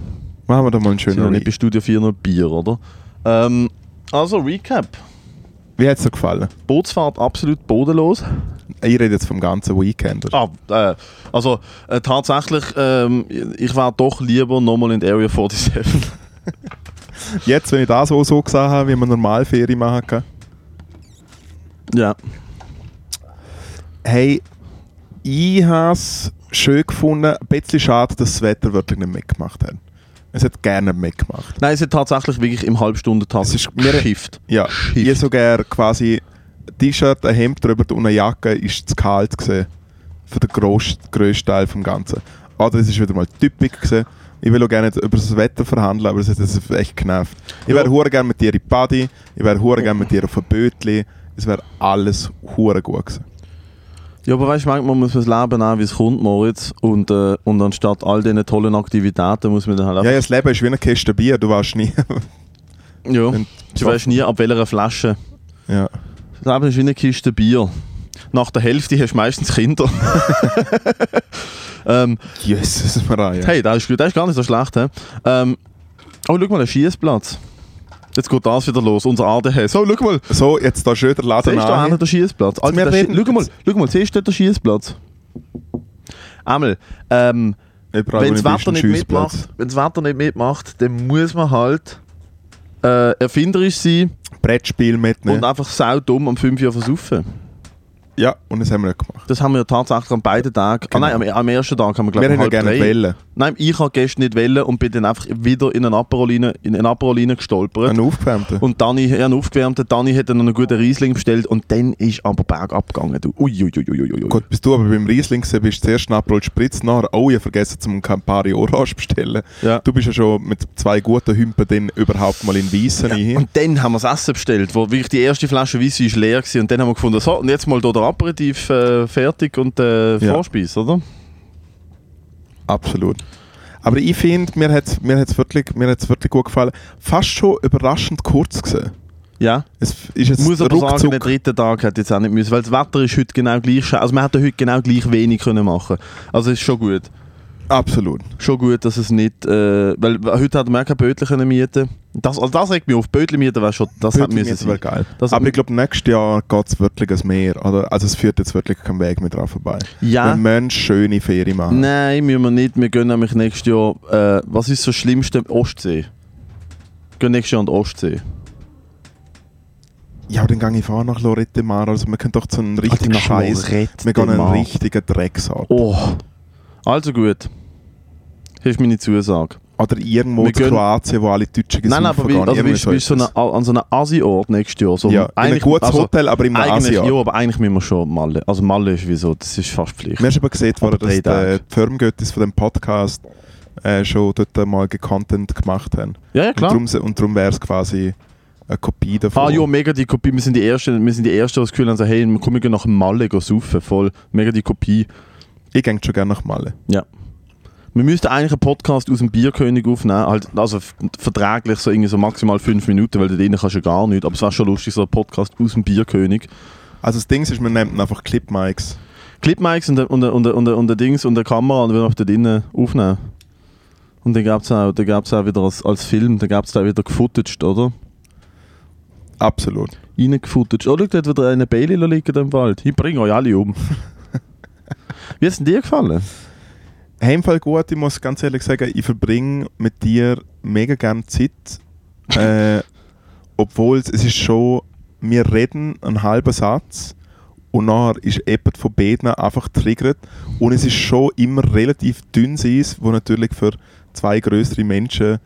A: Machen wir doch mal einen
B: Sind noch
A: schönen
B: nicht bei
A: Recap.
B: Studio 400 Bier, oder? Ähm, also, Recap.
A: Wie hat es dir gefallen?
B: Bootsfahrt absolut bodenlos.
A: Ich rede jetzt vom ganzen Weekend.
B: Ah, äh, also, äh, tatsächlich, ähm, ich war doch lieber nochmal in die Area 47.
A: Jetzt, wenn ich das auch so gesehen habe, wie man normal Ferien machen kann.
B: ja.
A: Hey, ich habe es schön gefunden. Ein bisschen schade, dass das Wetter wirklich nicht mitgemacht hat. Es hat gerne mitgemacht.
B: Nein, es hat tatsächlich wirklich im Halbstundentakt
A: Es ist- wir-
B: geschifft.
A: Ja,
B: Shit.
A: ich so gerne quasi ein T-Shirt, ein Hemd drüber und eine Jacke ist zu kalt gewesen für den gross- grössten Teil vom Ganzen. Oder es ist wieder mal typisch gewesen. Ich will auch gerne nicht über das Wetter verhandeln, aber es hat es echt genervt. Ich wäre hure gerne mit dir in die Party, ich wäre hure gerne mit dir auf ein Bötli. Es wäre alles hure gut gewesen.
B: Ja, aber weißt du, manchmal muss man das Leben auch, wie es kommt, Moritz. Und, äh, und anstatt all diesen tollen Aktivitäten muss man dann halt
A: Ja, ja,
B: einfach.
A: das Leben ist wie eine Kiste Bier, du weißt
B: *laughs*
A: nie.
B: Ja,
A: Und-
B: Du weißt nie, ab welcher Flasche.
A: ja.
B: Das Leben ist wie eine Kiste Bier. Nach der Hälfte hast du meistens *laughs* Kinder. ähm,
A: Jesus Maria.
B: Hey, das ist, gut, das ist gar nicht so schlecht. He? Ähm, oh, schau mal, ein Schießplatz. Jetzt geht das wieder los, unser ADHS. Oh, schau mal,
A: So, jetzt da schön der Laden
B: siehst du da
A: an.
B: hinten den Schießplatz?
A: Wir
B: Alter, der
A: reden-
B: Schi- schau mal, schau mal, siehst du dort den Schießplatz? Einmal, ähm,
A: Überall,
B: wenn
A: wo
B: das
A: ich bin, ist
B: Wetter
A: ein
B: nicht
A: Schiussplatz.
B: mitmacht, wenn das Wetter nicht mitmacht, dann muss man halt äh, erfinderisch sein
A: Brettspiel ne? mitnehmen.
B: und einfach saudumm am 5 Uhr versaufen.
A: ja, und das haben wir nicht gemacht.
B: Das haben wir ja tatsächlich an beiden Tagen.
A: Genau.
B: Ah nein, am, am ersten Tag haben wir glaube
A: Wir
B: ich
A: hätten ja
B: halb
A: gerne
B: drei.
A: Wellen.
B: Nein, ich habe gestern nicht wollen und bin dann einfach wieder in einen Aperol rein, in einen Aperol rein gestolpert.
A: Einen aufgewärmten.
B: Und Dani, ja, einen aufgewärmten, Dani hat dann noch einen guten Riesling bestellt und dann ist aber bergab gegangen, du. Uiuiuiuiui.
A: Gut, bist du aber beim Riesling gewesen, bist du zuerst Aperol Spritz, nachher, oh, ich habe vergessen zum Campari Orange bestellen.
B: Ja.
A: Du bist ja schon mit zwei guten Hümpen dann überhaupt mal in Weissen hin.
B: Und dann haben wir das Essen bestellt, wo wirklich die erste Flasche Weisse ist leer war. Und dann haben wir gefunden, so, und jetzt mal hier der Aperitif äh, fertig und äh,
A: Ja.
B: Vorspeise, oder?
A: Absolut. Aber ich finde, mir hat es mir hat's wirklich, mir hat's wirklich gut gefallen. Fast schon überraschend kurz gewesen.
B: Ja.
A: Es ist jetzt
B: Ich muss aber sagen,
A: ruckzuck-
B: der dritte Tag hätte jetzt auch nicht müssen, weil das Wetter ist heute genau gleich, sch- also man hätte heute genau gleich wenig können machen Also es ist schon gut.
A: Absolut.
B: schon gut, dass es nicht, äh, weil heute hat man auch kein Bötli können mieten. Das, also das regt mich auf. Bötli mieten wäre schon, das hat
A: Wirklich,
B: müssen
A: das wäre
B: sein.
A: geil.
B: Das hat-
A: aber ich glaube, nächstes Jahr geht es wirklich ans Meer. Oder? Also es führt jetzt wirklich keinen Weg mehr dran vorbei.
B: Ja.
A: Wir müssen schöne Ferien machen.
B: Nein, müssen wir nicht. Wir gehen nämlich nächstes Jahr, äh, was ist das Schlimmste? Ostsee. Wir gehen nächstes Jahr an die Ostsee.
A: Ja, aber dann gehe ich fahren nach Lorette Mar. Also wir können doch zu einem richtigen
B: nach
A: Scheiß.
B: Ah, Lorette
A: Wir gehen einen
B: Mar.
A: richtigen Drecksort.
B: Oh. Also gut. Hier ist meine Zusage.
A: Oder irgendwo
B: Wir
A: in
B: gehen-
A: Kroatien, wo alle Deutschen
B: Nein, aber wie, also wie,
A: Irgendwie
B: wie so
A: etwas.
B: eine, an so einem Asi-Ort nächstes Jahr. So
A: ja, in ein
B: eigentlich-
A: gutes
B: also,
A: Hotel, aber im
B: Eigentlich,
A: Asien.
B: ja, aber eigentlich müssen wir schon Malle. Also Malle ist wieso, das ist fast Pflicht.
A: Wir haben aber gesehen, worden,
B: Aber drei
A: dass
B: Tage.
A: der- die Firmengöttis von dem Podcast äh, schon dort mal Content gemacht haben.
B: Ja, ja, klar.
A: Und darum, und darum wäre es quasi eine Kopie davon.
B: Ah ja, mega die Kopie. Wir sind die Ersten, wir sind die Ersten, die das Gefühl haben, so, hey, komm, wir gehen nach Malle gehen saufen. Voll. Mega die Kopie.
A: Ich gehe schon gerne nach Malle.
B: Wir müssten eigentlich einen Podcast aus dem Bierkönig aufnehmen. Halt, also f- verträglich so, irgendwie so maximal fünf Minuten, weil da drinnen kannst du ja gar nichts. Aber es wäre schon lustig, so ein Podcast aus dem Bierkönig.
A: Also das Ding ist, wir nehmen einfach Clip-Mics.
B: Clipmikes und, und, und, und, und der Dings und der Kamera und wir noch da drinnen aufnehmen. Und dann gab es auch, dann gab's auch wieder als, als Film, dann gab es da wieder gefuttet, oder?
A: Absolut.
B: reingefuttet. Oh, schau, dort wieder eine Bailey liegen im Wald. Ich bringe euch alle um. *laughs* Wie hat es dir gefallen?
A: Hey, im Fall gut, ich muss ganz ehrlich sagen, ich verbringe mit dir mega gerne Zeit. Äh, Obwohl es es ist schon, wir reden einen halben Satz und nachher ist jemand von beiden einfach triggert. Und es ist schon immer relativ dünnes Eis, wo natürlich für zwei größere Menschen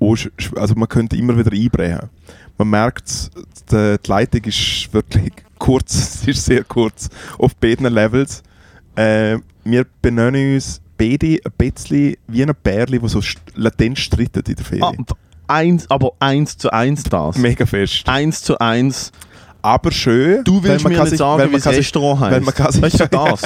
A: auch sch- sch- also man könnte immer wieder einbrechen. Man merkt, es, die, die Leitung ist wirklich *laughs* kurz, sie ist sehr kurz auf beiden Levels. Äh, wir benennen uns beide ein bisschen wie ein Bärli, der so st- latent strittet in der
B: Ah,
A: Ferien.
B: eins, aber eins zu eins das.
A: Ah, Mega fest.
B: Eins zu eins.
A: Aber schön.
B: Du
A: weil
B: willst
A: man
B: mir
A: kann
B: nicht
A: sich- weil
B: sagen, wie
A: man
B: das
A: kann sich-
B: Restaurant heißt.
A: weil man kann sich-
B: Weißt du das?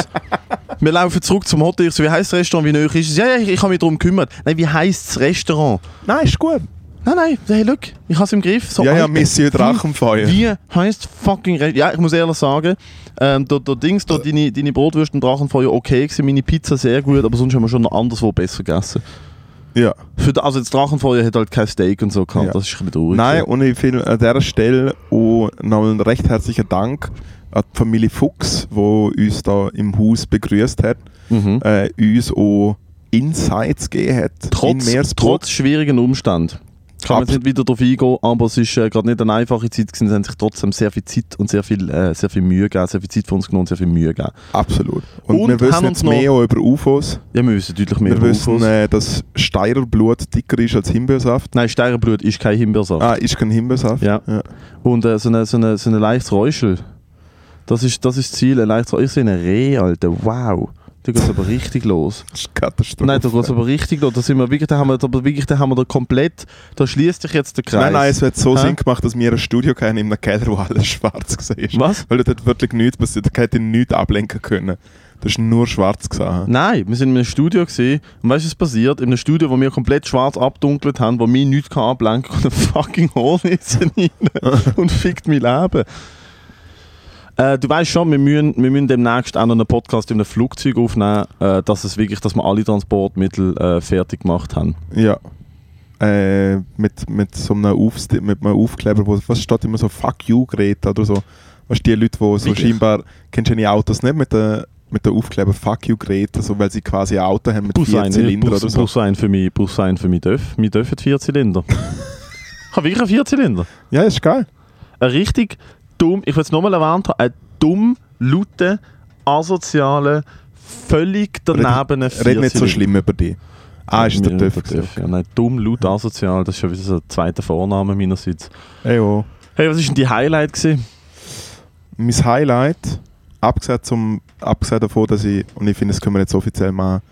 B: Wir laufen zurück zum Hotel. Ich so, wie heißt das Restaurant? Wie neu ist es? Ja, ja, ich, ich habe mich darum gekümmert. Nein, wie heißt das Restaurant?
A: Nein, ist gut.
B: Nein, nein, hey, look, ich habe es im Griff. So
A: ja, ja,
B: alt-
A: Monsieur Drachenfeuer.
B: Wie heißt fucking Re Ja, ich muss ehrlich sagen, ähm, der, der Dings,
A: Äh.
B: der, deine, deine Brotwürste und Drachenfeuer okay gewesen, meine Pizza sehr gut, aber sonst haben wir schon noch anderswo besser gegessen.
A: Ja.
B: Für, den- also das Drachenfeuer hat halt kein Steak und so gehabt,
A: Ja.
B: das ist ein bisschen traurig.
A: Nein,
B: gewesen.
A: und ich will an dieser Stelle auch nochmal einen recht herzlichen Dank an die Familie Fuchs, die uns da im Haus begrüßt hat,
B: Mhm.
A: äh, uns auch Insights gegeben hat.
B: Trotz,
A: Meersburg.
B: trotz schwierigen Umständen. Kann man jetzt
A: Absolut.
B: nicht wieder drauf eingehen, aber es ist äh, gerade nicht eine einfache Zeit gewesen, es haben sich trotzdem sehr viel Zeit und sehr viel, äh, sehr viel Mühe gegeben, sehr viel Zeit für uns genommen, und sehr viel Mühe gegeben.
A: Absolut. Und,
B: Und
A: wir
B: haben
A: wissen
B: uns
A: jetzt mehr auch über UFOs.
B: Ja, wir wissen deutlich mehr
A: Wir
B: über
A: wissen,
B: UFOs.
A: äh, dass Steirerblut dicker ist als Himbeersaft.
B: Nein, Steirerblut ist kein Himbeersaft.
A: Ah, ist kein Himbeersaft.
B: Ja. Und äh, so ein so eine, so eine leichtes Räuschel. Das ist, das ist das Ziel. Ein leichtes Räuschel. Ich sehe einen Reh, Alter. Wow. Da geht es aber richtig los.
A: Das ist Katastrophe.
B: Nein, da geht es aber richtig los. Da, sind wir wirklich, da haben wir aber wirklich da, haben wir da komplett. Da schließt sich jetzt der Kreis.
A: Nein, nein, es hat so
B: Hä?
A: Sinn gemacht, dass wir ein Studio hatten in einem Keller, wo *laughs* alles schwarz war.
B: Was?
A: Weil dort hat wirklich nichts passiert. Da hätte ich nichts ablenken können. Das ist nur schwarz gesehen.
B: Nein, wir sind in einem Studio gesehen und weißt du, was passiert? In einem Studio, wo wir komplett schwarz abdunkelt haben, wo mich nichts kann ablenken kann, kommt ein fucking Hornisse *laughs* rein und fickt mein Leben. Äh, du weißt schon, wir müssen, wir müssen demnächst auch noch einen Podcast in einem Flugzeug aufnehmen, äh, dass es wirklich, dass wir alle Transportmittel äh, fertig gemacht haben.
A: Ja. Äh, mit, mit so einem, Aufste mit einem Aufkleber, wo was steht immer so Fuck you Greta oder so. Weißt du, die Leute, die so
B: Wirklich?
A: scheinbar, kennst du die Autos nicht mit den mit der Aufkleber Fuck you Greta, so, weil sie quasi ein Auto haben mit
B: Brauchst du
A: vier
B: einen?
A: Zylindern
B: Brauchst-
A: oder so.
B: brauchst du einen für mich, brauchst du einen für mich Dörf? Wir
A: *laughs*
B: dürfen Vierzylinder. ich habe wirklich einen Vierzylinder.
A: Ja, ist geil.
B: ein richtig dumm, ich will es nochmal erwähnt haben, ein dumm, laute, asoziale, völlig daneben
A: Red nicht so schlimm über dich. Ah, ist der TÜV. gewesen.
B: Ja, nein, dumm, laut, asozial, das ist schon wieder so ein zweiter Vorname meinerseits.
A: Ey, oh.
B: Hey, was war denn die Highlight? Gewesen?
A: mein Highlight, abgesehen, zum, abgesehen davon, dass ich, und ich finde, das können wir jetzt offiziell mal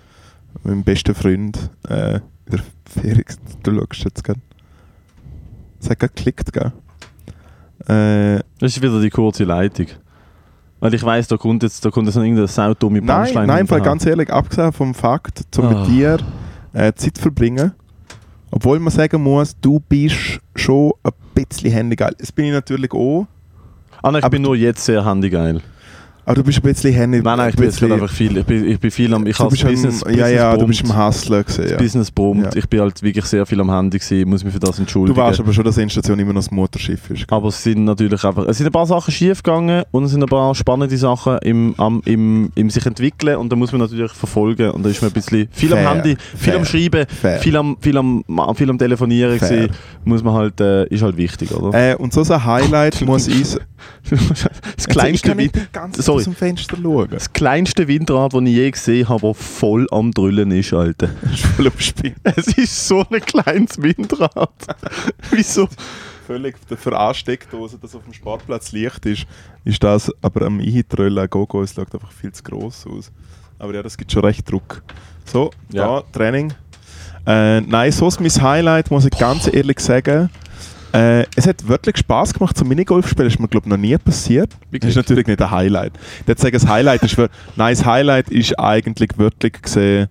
A: mit meinem besten Freund, äh, der Felix, du schaust jetzt gell? Es hat gerade geklickt, gell? Äh,
B: Das ist wieder die kurze Leitung. Weil ich weiss, da kommt jetzt, da kommt jetzt noch irgendeine saudumme
A: nein,
B: Punchline.
A: nein, im Fall
B: hinterher.
A: ganz ehrlich, abgesehen vom Fakt, zum
B: Ah.
A: mit dir äh, Zeit verbringen, obwohl man sagen muss, du bist schon ein bisschen handygeil. Das bin ich natürlich auch,
B: Ah, nein, ich
A: aber
B: bin nur jetzt sehr handygeil.
A: aber du bist ein bisschen handy.
B: Nein, nein, ich bin jetzt gerade einfach viel, ich bin, ich bin viel am, ich
A: du
B: habe
A: bist
B: Business,
A: am, ja, ja, du
B: Business
A: bist im Hustler gewesen, ja.
B: Business brummt.
A: Ja.
B: Ich bin halt wirklich sehr viel am Handy gewesen, ich muss mich für das entschuldigen.
A: Du weißt aber schon, dass Endstation immer noch das Mutterschiff ist.
B: Aber es sind natürlich einfach, es sind ein paar Sachen schief gegangen und es sind ein paar spannende Sachen im, am, im, im sich entwickeln und da muss man natürlich verfolgen und da ist man ein bisschen viel
A: Fair,
B: am Handy, viel
A: fair,
B: am Schreiben,
A: fair.
B: viel am, viel am, viel am Telefonieren
A: Fair.
B: gewesen, muss man halt, äh, ist halt wichtig, oder?
A: Äh, und so ein Highlight muss ich.
B: *laughs* das kleinste, Win
A: ganz
B: Sorry.
A: aus dem Fenster schauen.
B: das kleinste Windrad, das ich je gesehen habe, das voll am Drüllen ist, Alter. *laughs*
A: Das ist voll am Spiel.
B: Es ist so ein kleines Windrad. *laughs* Wieso?
A: Völlig für Ansteckdose, dass auf dem Sportplatz Licht ist, ist das aber am Eintröllen Gogo, es schaut einfach viel zu gross aus. Aber ja, das gibt schon recht Druck. So,
B: Ja.
A: ja, Training. Äh, nein, so ist mein Highlight, muss ich ganz ehrlich sagen. Äh, es hat wirklich Spaß gemacht zum Minigolf spielen, ist mir glaube noch nie passiert.
B: Wirklich?
A: Ist natürlich nicht ein Highlight. Ich würde sagen, das Highlight ist wir- *laughs* nein, das Highlight ist eigentlich wirklich gesehen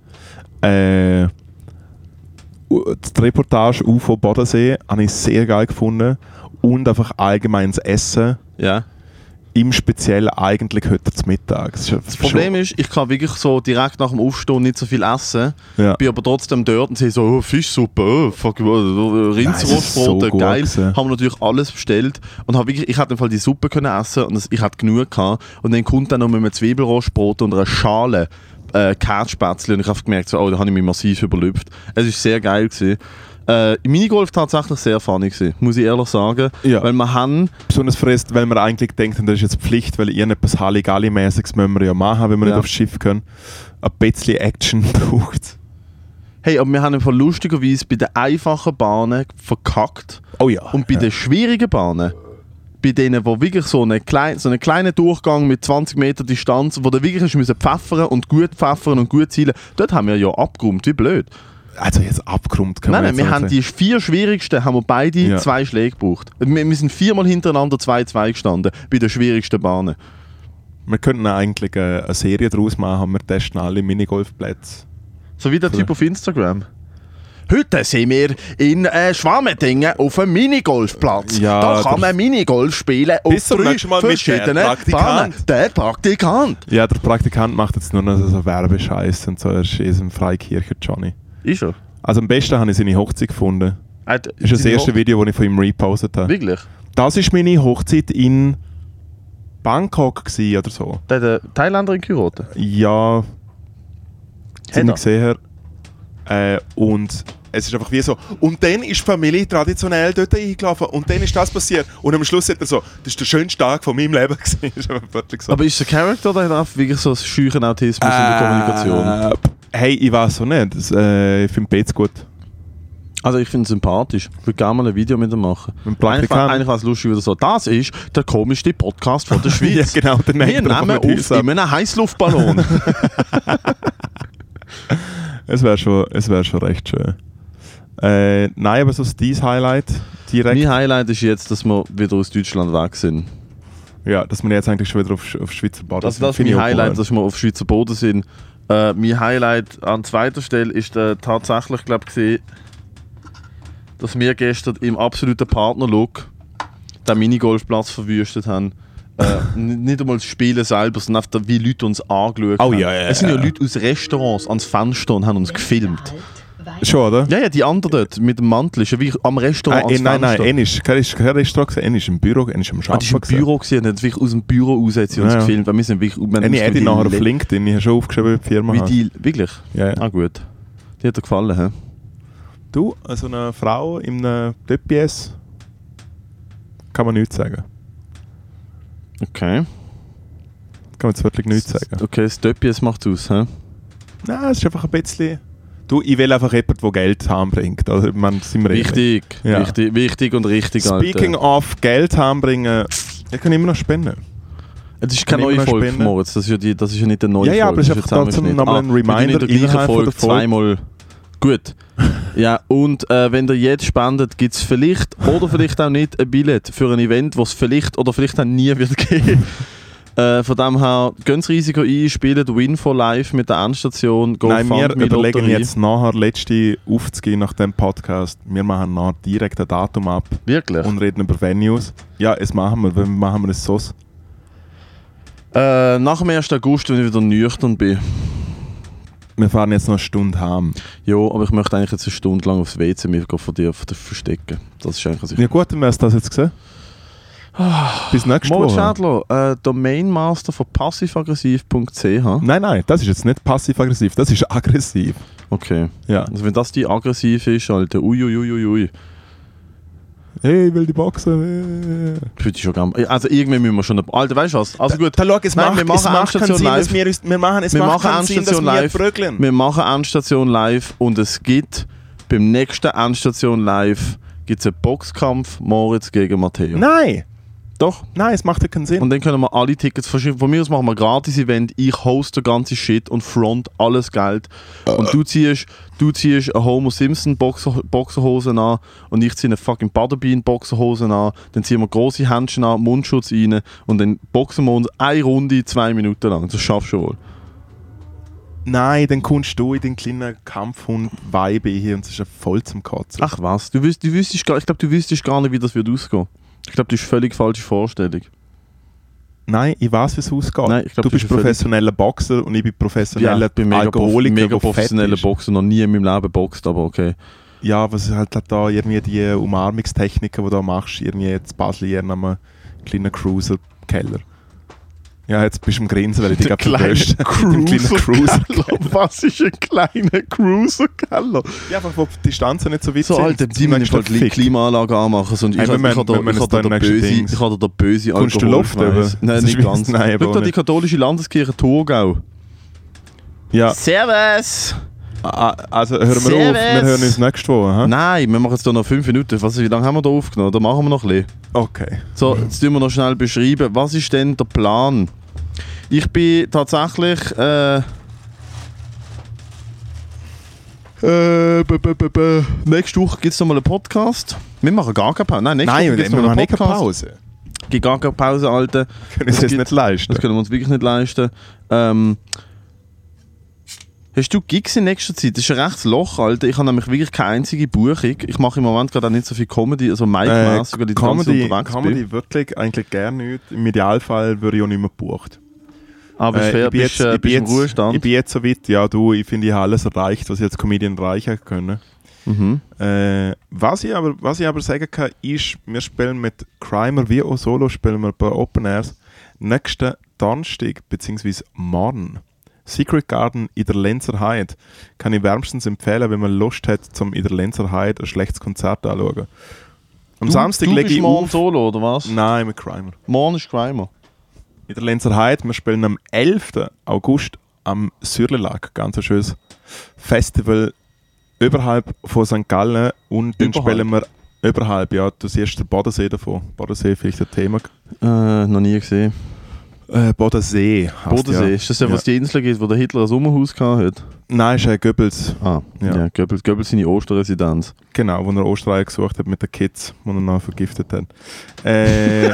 A: äh, u- die Reportage UFO Bodensee habe ich sehr geil gefunden und einfach allgemein das Essen
B: Ja.
A: im Speziellen eigentlich heute zum Mittag. Das, ist
B: Das Problem ist, ich kann wirklich so direkt nach dem Aufstehen nicht so viel essen.
A: Ja.
B: Bin aber trotzdem dort und sehe so, oh, Fischsuppe, oh, fuck, oh,
A: Nein, es ist
B: Rindsrostbrote,
A: so gut
B: geil.
A: gewesen.
B: Haben wir natürlich alles bestellt und hab wirklich, ich hatte im Fall die Suppe können essen und das, ich hatte genug gehabt. Und dann kommt dann noch mit einem Zwiebelrostbrot und einer Schale äh, Kässpätzle und ich habe gemerkt, so, oh, da habe ich mich massiv überlüpft. Es ist sehr geil gewesen. Äh, Im Minigolf tatsächlich sehr funny gewesen, muss ich ehrlich sagen.
A: Ja.
B: Weil wir haben
A: besonders frisst, weil man eigentlich denkt, und das ist jetzt Pflicht, weil irgendetwas Halligalli-mäßiges müssen wir ja machen, wenn wir *laughs*
B: Ja.
A: nicht aufs Schiff können. Ein bisschen Action braucht
B: Hey, aber wir haben einfach lustigerweise bei den einfachen Bahnen verkackt.
A: Oh ja.
B: Und bei den schwierigen Bahnen, bei denen, wo wirklich so einen, klein, so einen kleinen Durchgang mit 20 Meter Distanz, wo du wirklich hast müssen pfeffern und gut pfeffern und gut zielen, dort haben wir ja abgeräumt, wie blöd.
A: also jetzt abgerundet kann
B: Nein,
A: man
B: nein,
A: jetzt
B: wir
A: nicht
B: haben
A: sagen.
B: die vier schwierigsten, haben wir beide
A: Ja.
B: zwei Schläge gebraucht. Wir, wir sind viermal hintereinander 2-2 gestanden, bei den schwierigsten Bahnen.
A: Wir könnten eigentlich eine, eine Serie daraus machen, wir testen alle Minigolfplätze.
B: So wie der
A: Cool.
B: Typ auf Instagram. Heute sind wir in äh, Schwammendingen auf einem Minigolfplatz.
A: Ja,
B: da kann
A: der-
B: man Minigolf spielen auf
A: Bis zum
B: drei
A: nächsten Mal mit
B: verschiedenen
A: der Praktikant.
B: Bahnen. Der Praktikant.
A: Ja, der Praktikant macht jetzt nur noch so Werbescheiß und so, er ist ein Freikircher Johnny.
B: Ist er?
A: Also am besten habe ich seine Hochzeit gefunden.
B: Das
A: Das ist das erste Video, das ich von ihm repostet habe.
B: Wirklich?
A: Das ist meine Hochzeit in Bangkok gewesen oder so.
B: Der hat eine Thailänderin geheiratet.
A: Ja,
B: Hat er?
A: ziemlich gesehen. Äh, und es ist einfach wie so. Und dann ist die Familie traditionell dort eingelaufen und dann ist das passiert. Und am Schluss hat er so, das ist der schönste Tag von meinem Leben *laughs* gewesen. ist einfach wirklich so.
B: Aber ist der Charakter oder hat er einfach wirklich so einen scheuchen Autismus in der Kommunikation?
A: Äh, hey, ich weiß auch nicht. Das, äh, ich finde Betz gut.
B: Also ich finde ihn sympathisch. Ich würde gerne mal ein Video mit ihm machen.
A: Mit dem
B: Eigentlich, war-
A: Praktikanten.
B: eigentlich war es lustig oder so. Das ist der komischste Podcast
A: *laughs*
B: von der Schweiz.
A: Ja, genau, den
B: Wir
A: hängt er auf
B: nehmen
A: einem
B: auf
A: Haus ab.
B: in einem Heißluftballon.
A: *laughs* Es wäre schon, es wär schon recht schön. Äh, nein, aber so dein Highlight direkt.
B: mein Highlight ist jetzt, dass wir wieder aus Deutschland weg sind.
A: Ja, dass wir jetzt eigentlich schon wieder auf, Sch- auf Schweizer Baden
B: Das,
A: sind,
B: das ist
A: finde
B: mein
A: ich auch
B: Highlight,
A: cool.
B: dass wir auf Schweizer Boden sind. Äh, mein Highlight an zweiter Stelle ist äh, tatsächlich, glaube ich, dass wir gestern im absoluten Partnerlook den Minigolfplatz verwüstet haben. Äh, n- nicht einmal das Spielen selber, sondern einfach, wie Leute uns angeschaut
A: Oh,
B: haben.
A: ja, ja,
B: es sind ja
A: ja.
B: Leute aus Restaurants ans Fenster und haben uns gefilmt.
A: Schon, oder?
B: Ja, ja, die anderen dort mit dem Mantel ist ja wie am Restaurant
A: Nein, Äh,
B: ans
A: eh, nein, nein,
B: Fenster.
A: er ist kein Rest- kein Restaurant, gewesen, er ist im Büro, er ist im
B: Ah,
A: Schaffen.
B: die ist im Büro gesehen, hat wirklich aus dem Büro aus hat sie uns
A: Ja, ja.
B: gefilmt, weil wir sind wirklich... wir haben
A: Eine
B: uns
A: Edi
B: wie die
A: nachher auf
B: Le-
A: LinkedIn, ich habe schon aufgeschrieben, wie die Firma
B: Wie
A: heisst.
B: die... Wirklich?
A: Ja, ja.
B: Ah gut. Die hat dir gefallen, hä?
A: Du, so eine Frau in einem DPS, kann man nichts sagen.
B: Okay.
A: Kann man jetzt wirklich nichts sagen.
B: Okay, das Döppies macht aus, hä?
A: Nein, es ist einfach ein bisschen... Du, ich will einfach jemanden, der Geld heimbringt. Also, man, sind wir ehrlich.
B: Wichtig.
A: Ja.
B: Wichtig, wichtig und richtig,
A: Speaking
B: Alter.
A: of Geld heimbringen, ich kann immer noch spenden.
B: Es ist keine
A: Kann ich
B: neue
A: mir noch
B: Folge,
A: spinnen?
B: Moritz. Das ist ja, die, das ist ja nicht eine neue
A: Ja, ja, aber
B: Folge.
A: es
B: das
A: ist einfach trotzdem
B: Zusammenschnitt.
A: nochmal ein
B: wir tun
A: Reminder
B: in der gleichen
A: innerhalb von
B: Folge
A: der Folge.
B: zweimal. Gut. Ja, und äh, wenn ihr jetzt spendet, gibt es vielleicht oder vielleicht auch nicht ein Billett für ein Event, was es vielleicht oder vielleicht auch nie
A: *laughs*
B: wird geben. Äh, von dem her, geht das Risiko ein, spielt Win for Life mit der Endstation, go
A: Nein,
B: fund
A: wir
B: me
A: überlegen
B: Lotterie.
A: jetzt nachher, letzte aufzugehen nach dem Podcast. Wir machen nachher direkt ein Datum ab
B: Wirklich?
A: und reden über Venues. Ja, es machen wir. Wenn machen wir es so?
B: Äh, nach dem 1. August, wenn ich wieder nüchtern bin.
A: Wir fahren jetzt noch eine Stunde heim.
B: Ja, aber ich möchte eigentlich jetzt eine Stunde lang aufs WC mich von dir ver- verstecken. Das ist eigentlich was ich...
A: Ja gut, dann wär's das jetzt gesehen.
B: Ah.
A: Bis nächste
B: Moritz
A: Woche.
B: Schädler, äh, Domainmaster von passivaggressiv.ch.
A: Nein, nein, das ist jetzt nicht passiv-aggressiv, das ist aggressiv.
B: Okay.
A: Ja.
B: Also wenn das die aggressiv ist, Alter, uiuiuiui.
A: Hey, ich will die Boxen. äh.
B: Ich würde schon gerne... Also irgendwie müssen wir schon... Alter, weißt du was? Also gut,
A: Da Äh, schau, es
B: Nein,
A: macht,
B: wir machen
A: es macht keinen
B: Endstation
A: Sinn,
B: live.
A: dass wir, uns- wir machen, es
B: wir
A: macht
B: machen
A: keinen Sinn, dass
B: Endstation
A: wir
B: live.
A: brögeln.
B: Wir machen Endstation live und es gibt beim nächsten Endstation live gibt's einen Boxkampf Moritz gegen Matteo.
A: Nein,
B: Doch.
A: nein, es macht ja keinen Sinn.
B: Und dann können wir alle Tickets verschicken. Von mir aus machen wir ein Gratis-Event. Ich host den ganzen Shit und front alles Geld. Und du ziehst, du ziehst eine Homer Simpson Boxer, Boxerhose an und ich ziehe eine fucking Butterbean Boxerhose an. Dann ziehen wir große Händchen an, Mundschutz rein und dann boxen wir uns eine Runde zwei Minuten lang. Das schaffst du wohl.
A: Nein, dann kommst du in den kleinen Kampfhund-Weibe hier und es ist ja voll zum Kotzen.
B: Ach was, du, wüs du wüsstest gar, ich glaube, du wüsstest gar nicht, wie das wird ausgehen. Ich glaube, das ist völlig falsche Vorstellung.
A: Nein, ich weiß, wie es ausgeht.
B: Nein, ich glaub,
A: du
B: das
A: bist
B: ist völlig-
A: professioneller Boxer und ich bin professioneller
B: bin mega,
A: Alkoholiker,
B: mega
A: der fett
B: professioneller
A: ist.
B: Boxer, noch nie in meinem Leben boxt, aber okay.
A: Ja, was halt da irgendwie die Umarmungstechniken, die du da machst, irgendwie jetzt Basel hier in einem kleinen Cruiser-Keller. Ja, jetzt bist du im Grinsen, weil ich
B: *laughs*
A: dich
B: Der
A: gerade
B: kleine
A: verwöscht. *laughs* Im kleinen Cruiser.
B: Cruiser-Keller. Was ist ein kleiner Cruiser-Keller?
A: Ja, einfach, wo die Distanzen nicht so weit
B: So,
A: sind.
B: Alter, die
A: Zum
B: müssen
A: nächsten
B: halt die
A: Fick.
B: Klimaanlage anmachen, sonst ich,
A: Hey,
B: ich,
A: wir
B: ich,
A: müssen-
B: hab da-
A: wir müssen
B: ich hab da
A: dann
B: der
A: nächste
B: böse,
A: Dings.
B: ich hab da der böse
A: Kommst du Luft
B: Alkoholschweiß.
A: über?
B: Nein,
A: Das
B: nicht
A: ist
B: ganz.
A: wie- *laughs* Nein, aber
B: Schau
A: auch
B: da die
A: nicht.
B: katholische Landeskirche Thurgau.
A: Ja,
B: Servus!
A: Ah, Also hören wir auf, wir
B: Servus.
A: hören uns nächste Woche. hä?
B: Nein, wir machen jetzt hier noch 5 Minuten. Was, wie lange haben wir da aufgenommen? Da machen wir noch ein bisschen.
A: Okay.
B: So, jetzt tun wir noch schnell beschreiben. Was ist denn der Plan? Ich bin tatsächlich. Äh, äh, b -b -b -b nächste Woche gibt es nochmal einen Podcast. Wir machen gar keine Pause. Nein, nächste Woche
A: Nein,
B: gibt's
A: wir
B: noch
A: machen
B: einen
A: nicht eine *laughs*
B: Podcast.
A: Pause.
B: Gibt gar keine Pause, Alter.
A: Können Sie
B: Es
A: es
B: gibt-
A: nicht leisten.
B: Das können wir uns wirklich nicht leisten. Ähm, hast du Gigs in nächster Zeit? Das ist ein rechtes Loch, Alter. Ich habe nämlich wirklich keine einzige Buchung. Ich mache im Moment gerade auch nicht so viel Comedy, also Mike-mässig, weil ich
A: Äh, Comedy,
B: ganz unterwegs bin.
A: Comedy wirklich eigentlich gerne nicht. Im Idealfall würde ich auch nicht mehr gebucht.
B: Aber
A: Äh,
B: ich fair,
A: ich bin
B: bist,
A: jetzt-
B: äh,
A: ich bin
B: bist im
A: jetzt- Ich
B: Ruhestand.
A: bin jetzt so weit, ja du, ich finde, ich habe alles erreicht, was ich als Comedian erreichen können.
B: Mhm.
A: Äh, was, ich aber, was ich aber sagen kann, ist, wir spielen mit Crimer wie auch Solo spielen wir ein paar Open Airs nächsten Donnerstag bzw. morgen. Secret Garden in der Lenzer Heide kann ich wärmstens empfehlen, wenn man Lust hat, zum in der Lenzer Heide ein schlechtes Konzert anzuschauen. Am Samstag
B: du
A: lege
B: bist
A: ich
B: morgen
A: auf.
B: solo, oder was?
A: Nein, mit Crimer.
B: Morgen ist Grimer.
A: In der Lenzer Heide, wir spielen am 11. August am Sürlelag. Ganz ein schönes Festival überhalb von St. Gallen. Und dann
B: Überhalb?
A: spielen wir überhalb, ja. Du siehst den Bodensee davon. Bodensee vielleicht ein Thema.
B: Äh, noch nie gesehen.
A: Äh, Bodensee. heisst
B: Bodensee,
A: Ja.
B: ist das ja, was die Insel gibt, wo der Hitler ein Sommerhaus gehabt hat?
A: Nein, ist äh, Goebbels.
B: Ah,
A: Ja.
B: ja, Goebbels, Goebbels seine Osterresidenz.
A: Genau, wo er Österreich gesucht hat mit den Kids, die er noch vergiftet hat.
B: *laughs*
A: Äh,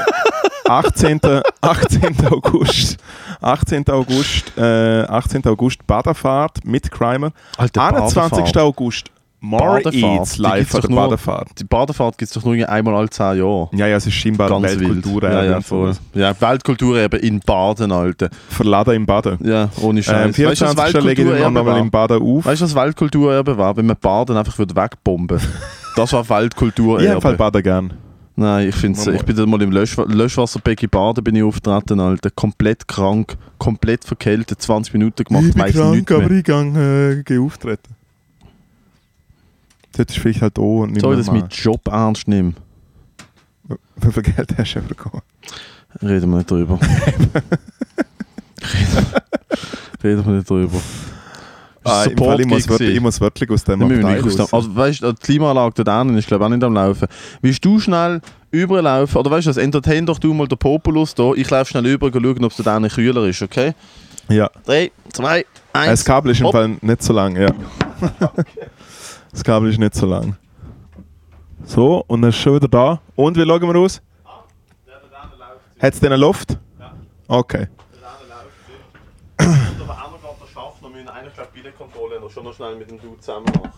A: 18. 18. August. 18. August. Äh, 18. August Badafahrt mit Crimer.
B: Alter,
A: 21.
B: Badefahrt.
A: August. More
B: Badefahrt.
A: Eats
B: Die
A: live
B: gibt's
A: von
B: doch
A: der
B: nur-
A: Badefahrt.
B: Die Badefahrt gibt es doch nur einmal alle 10 Jahre.
A: Ja, ja, es ist scheinbar
B: Ganz
A: Weltkultur.
B: wild. Ja, ja, voll. Ja, Weltkultur eben in Baden, Alter.
A: Verladen im Baden.
B: Ja, ohne Scheiß.
A: Ähm, 24. lege ich den Mann nochmal im Baden auf.
B: Weißt du, was Weltkulturerbe war? Wenn man Baden einfach würde wegbomben.
A: *laughs*
B: Das war
A: ich habe
B: Weltkulturerbe.
A: Baden gern.
B: Nein, ich find's,
A: Mal.
B: ich bin dann mal im Löschwa Löschwasserbecken Baden bin ich aufgetreten, Alter. Komplett krank, komplett verkältet, 20 Minuten gemacht, meistens nichts mehr.
A: ich gehe äh, geh auftreten. Dort ist vielleicht halt auch und nicht
B: Soll
A: mehr
B: ich das mit Job ernst nehmen?
A: Wie viel Geld hast du bekommen?
B: Reden wir
A: *laughs*
B: nicht drüber. Reden wir- Reden wir nicht drüber.
A: Ah, im Fall, ich, muss
B: Support-Gig
A: wörtlich, ich muss wörtlich aus dem
B: Wir müssen
A: Abteil
B: nicht ausnehmen.
A: raus.
B: Also, weißt du, die Klimaanlage dort hinten ist, glaube ich, auch nicht am Laufen. Willst du schnell überlaufen? Oder weißt du, was, entertain doch du mal den Populus da. Ich laufe schnell über und schaue, ob es dort hinten kühler ist, okay?
A: Ja.
B: Drei, zwei,
A: Das
B: eins.
A: Kabel ist im
B: Hopp.
A: Fall nicht so lang,
B: *laughs*
A: ja. Das Kabel ist nicht so lang. So, und dann ist schon wieder da. Und wie schauen wir aus? Hat es denn eine Luft? Okay.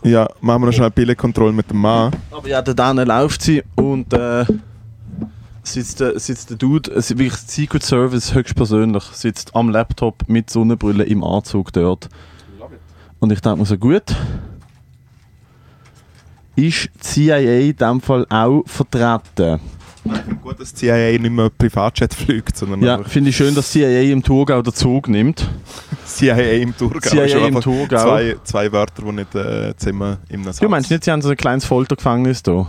A: Ja, machen wir noch schnell Billekontrolle mit dem Mann.
B: Aber ja, dort hinten läuft sie und äh, sitzt, der- sitzt der Dude, äh, wirklich Secret Service höchstpersönlich, sitzt am Laptop mit Sonnenbrille im Anzug dort. Und ich denke mir so, gut, ist die CIA in diesem Fall auch vertreten?
A: Gut, dass die CIA nicht mehr Privatjet fliegt, sondern
B: Ja,
A: einfach
B: finde ich schön, dass die CIA im Thurgau den Zug nimmt.
A: CIA im Thurgau.
B: CIA
A: Schon
B: im
A: einfach
B: Thurgau.
A: Zwei, zwei Wörter, die nicht äh, Zimmer im Satz.
B: Du meinst nicht, sie haben so ein kleines Foltergefängnis da?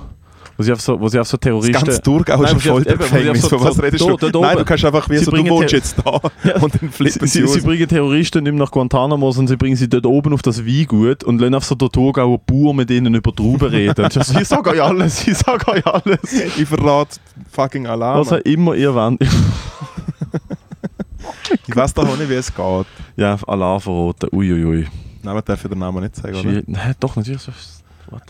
B: Wo sie auf so, wo sie auf so
A: das
B: Terroristen...
A: ganze Thurgau ist
B: Nein,
A: ein
B: wo sie auf- eben, wo sie auf
A: Foltergefängnis.
B: so-
A: Von was
B: so-
A: redest
B: da-
A: du?
B: da- da
A: Nein,
B: oben.
A: du kannst einfach wie
B: Sie
A: so, du
B: bringen
A: wohnst
B: Ter-
A: jetzt da
B: *laughs* Ja.
A: und dann flippen
B: Sie,
A: sie
B: sie, sie
A: aus.
B: bringen Terroristen nicht mehr nach Guantanamo, sondern sie bringen sie dort oben auf das Weingut und lassen auf so der Thurgauer Bauer mit ihnen über die
A: *laughs*
B: Trauben reden. Und ich sage euch alles, ich sage euch alles.
A: Ich verrate fucking Alarm.
B: Was auch immer ihr wollt.
A: Ich weiß doch auch nicht, wie es geht.
B: *laughs* Ja, Alarm verraten, uiuiui.
A: Nein, man darf ja den Namen nicht sagen, oder?
B: Schwierig. Nein, doch, natürlich. so-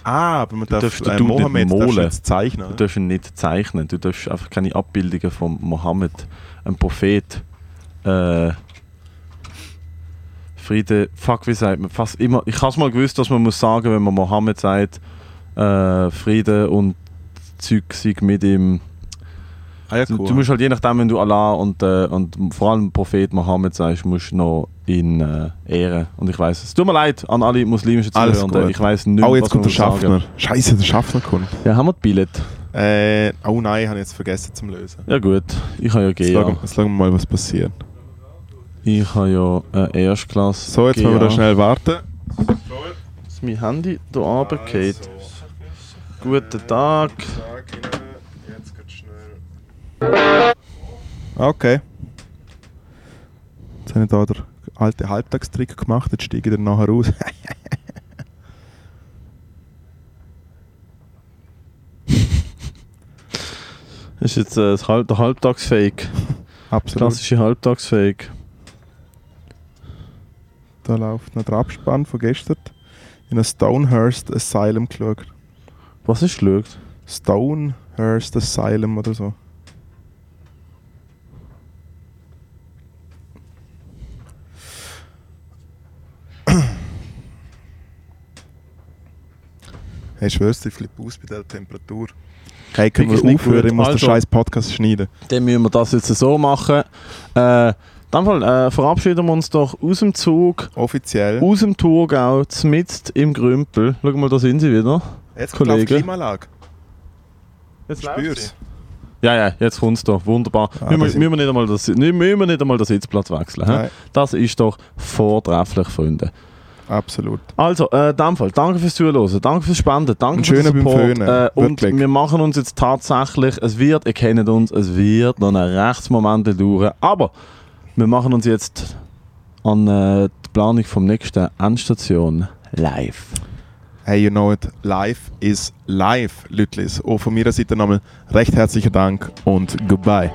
A: Ah, aber man darf,
B: darfst den
A: äh,
B: Dude nicht
A: Mohammed darfst
B: molen.
A: du jetzt zeichnen.
B: Du
A: oder?
B: darfst ihn nicht zeichnen, du darfst einfach keine Abbildungen von Mohammed, einem Prophet, äh, Friede, fuck, wie sagt man, fast immer, ich habe es mal gewusst, dass man muss sagen, wenn man Mohammed sagt, äh, Friede und Zeug sei mit ihm.
A: Ah, ja,
B: Du,
A: cool.
B: du musst halt je nachdem, wenn du Allah und, äh, und vor allem Prophet Mohammed sagst, musst du noch ihn äh, ehren. Und ich weiß es. Tut mir leid an alle muslimischen
A: Alles
B: Zuhörenden,
A: gut.
B: ich weiß nicht,
A: oh, jetzt
B: was
A: kommt der
B: man muss
A: Schaffner. Scheiße, der Schaffner kommt.
B: Sagen. Ja, haben wir die Billett?
A: Äh, oh nein, habe ich jetzt vergessen zum Lösen.
B: Ja gut, ich habe ja
A: Jetzt,
B: GA.
A: schauen, jetzt schauen wir mal, was passiert.
B: Ich habe ja eine Erstklasse.
A: So, jetzt
B: GA.
A: müssen wir da schnell warten.
B: Dass mein Handy hier runtergeht. Guten Tag.
A: Ah, Okay. Jetzt habe ich da den alten Halbtagstrick gemacht, jetzt steige ich dann nachher raus. *laughs*
B: Das ist jetzt äh, das Halb der Halbtagsfake.
A: Absolut.
B: Klassische Halbtagsfake.
A: Da läuft noch der Abspann von gestern. In ein Stonehurst Asylum geschaut.
B: Was ist geschaut?
A: Stonehurst Asylum oder so. *coughs* Hey, schwörst du, ich flippe aus bei dieser Temperatur. Hey, können
B: Wirklich
A: wir
B: nicht
A: aufhören?
B: gut.
A: Ich muss
B: Also.
A: den scheiß Podcast schneiden.
B: Dann müssen wir das jetzt so machen. Äh, in dem Fall äh, verabschieden wir uns doch aus dem Zug,
A: Offiziell.
B: aus dem Thurgau, mitten im Grümpel. Schau mal, da sind sie wieder.
A: Jetzt kommt
B: Kollege.
A: die Klimaanlage.
B: Jetzt
A: Spür's.
B: Ja, ja, jetzt kommt es doch. Wunderbar.
A: Ah,
B: müssen, wir,
A: das ist-
B: müssen, wir nicht einmal das, nicht, müssen wir nicht einmal den Sitzplatz wechseln. hä?
A: Nein,
B: Das ist doch vortrefflich, Freunde.
A: absolut.
B: Also, äh, in dem Fall, danke fürs Zuhören, danke fürs Spenden, danke
A: Und
B: fürs
A: schöner beim
B: Support.
A: Föhnen,
B: äh, und
A: wirklich.
B: wir machen uns jetzt tatsächlich, es wird, ihr kennt uns, es wird noch einen Rechtsmoment dauern, aber wir machen uns jetzt an äh, die Planung vom nächsten Endstation live.
A: Hey, you know it, life is life, Lütlis. Und von meiner Seite nochmal recht herzlichen Dank und goodbye.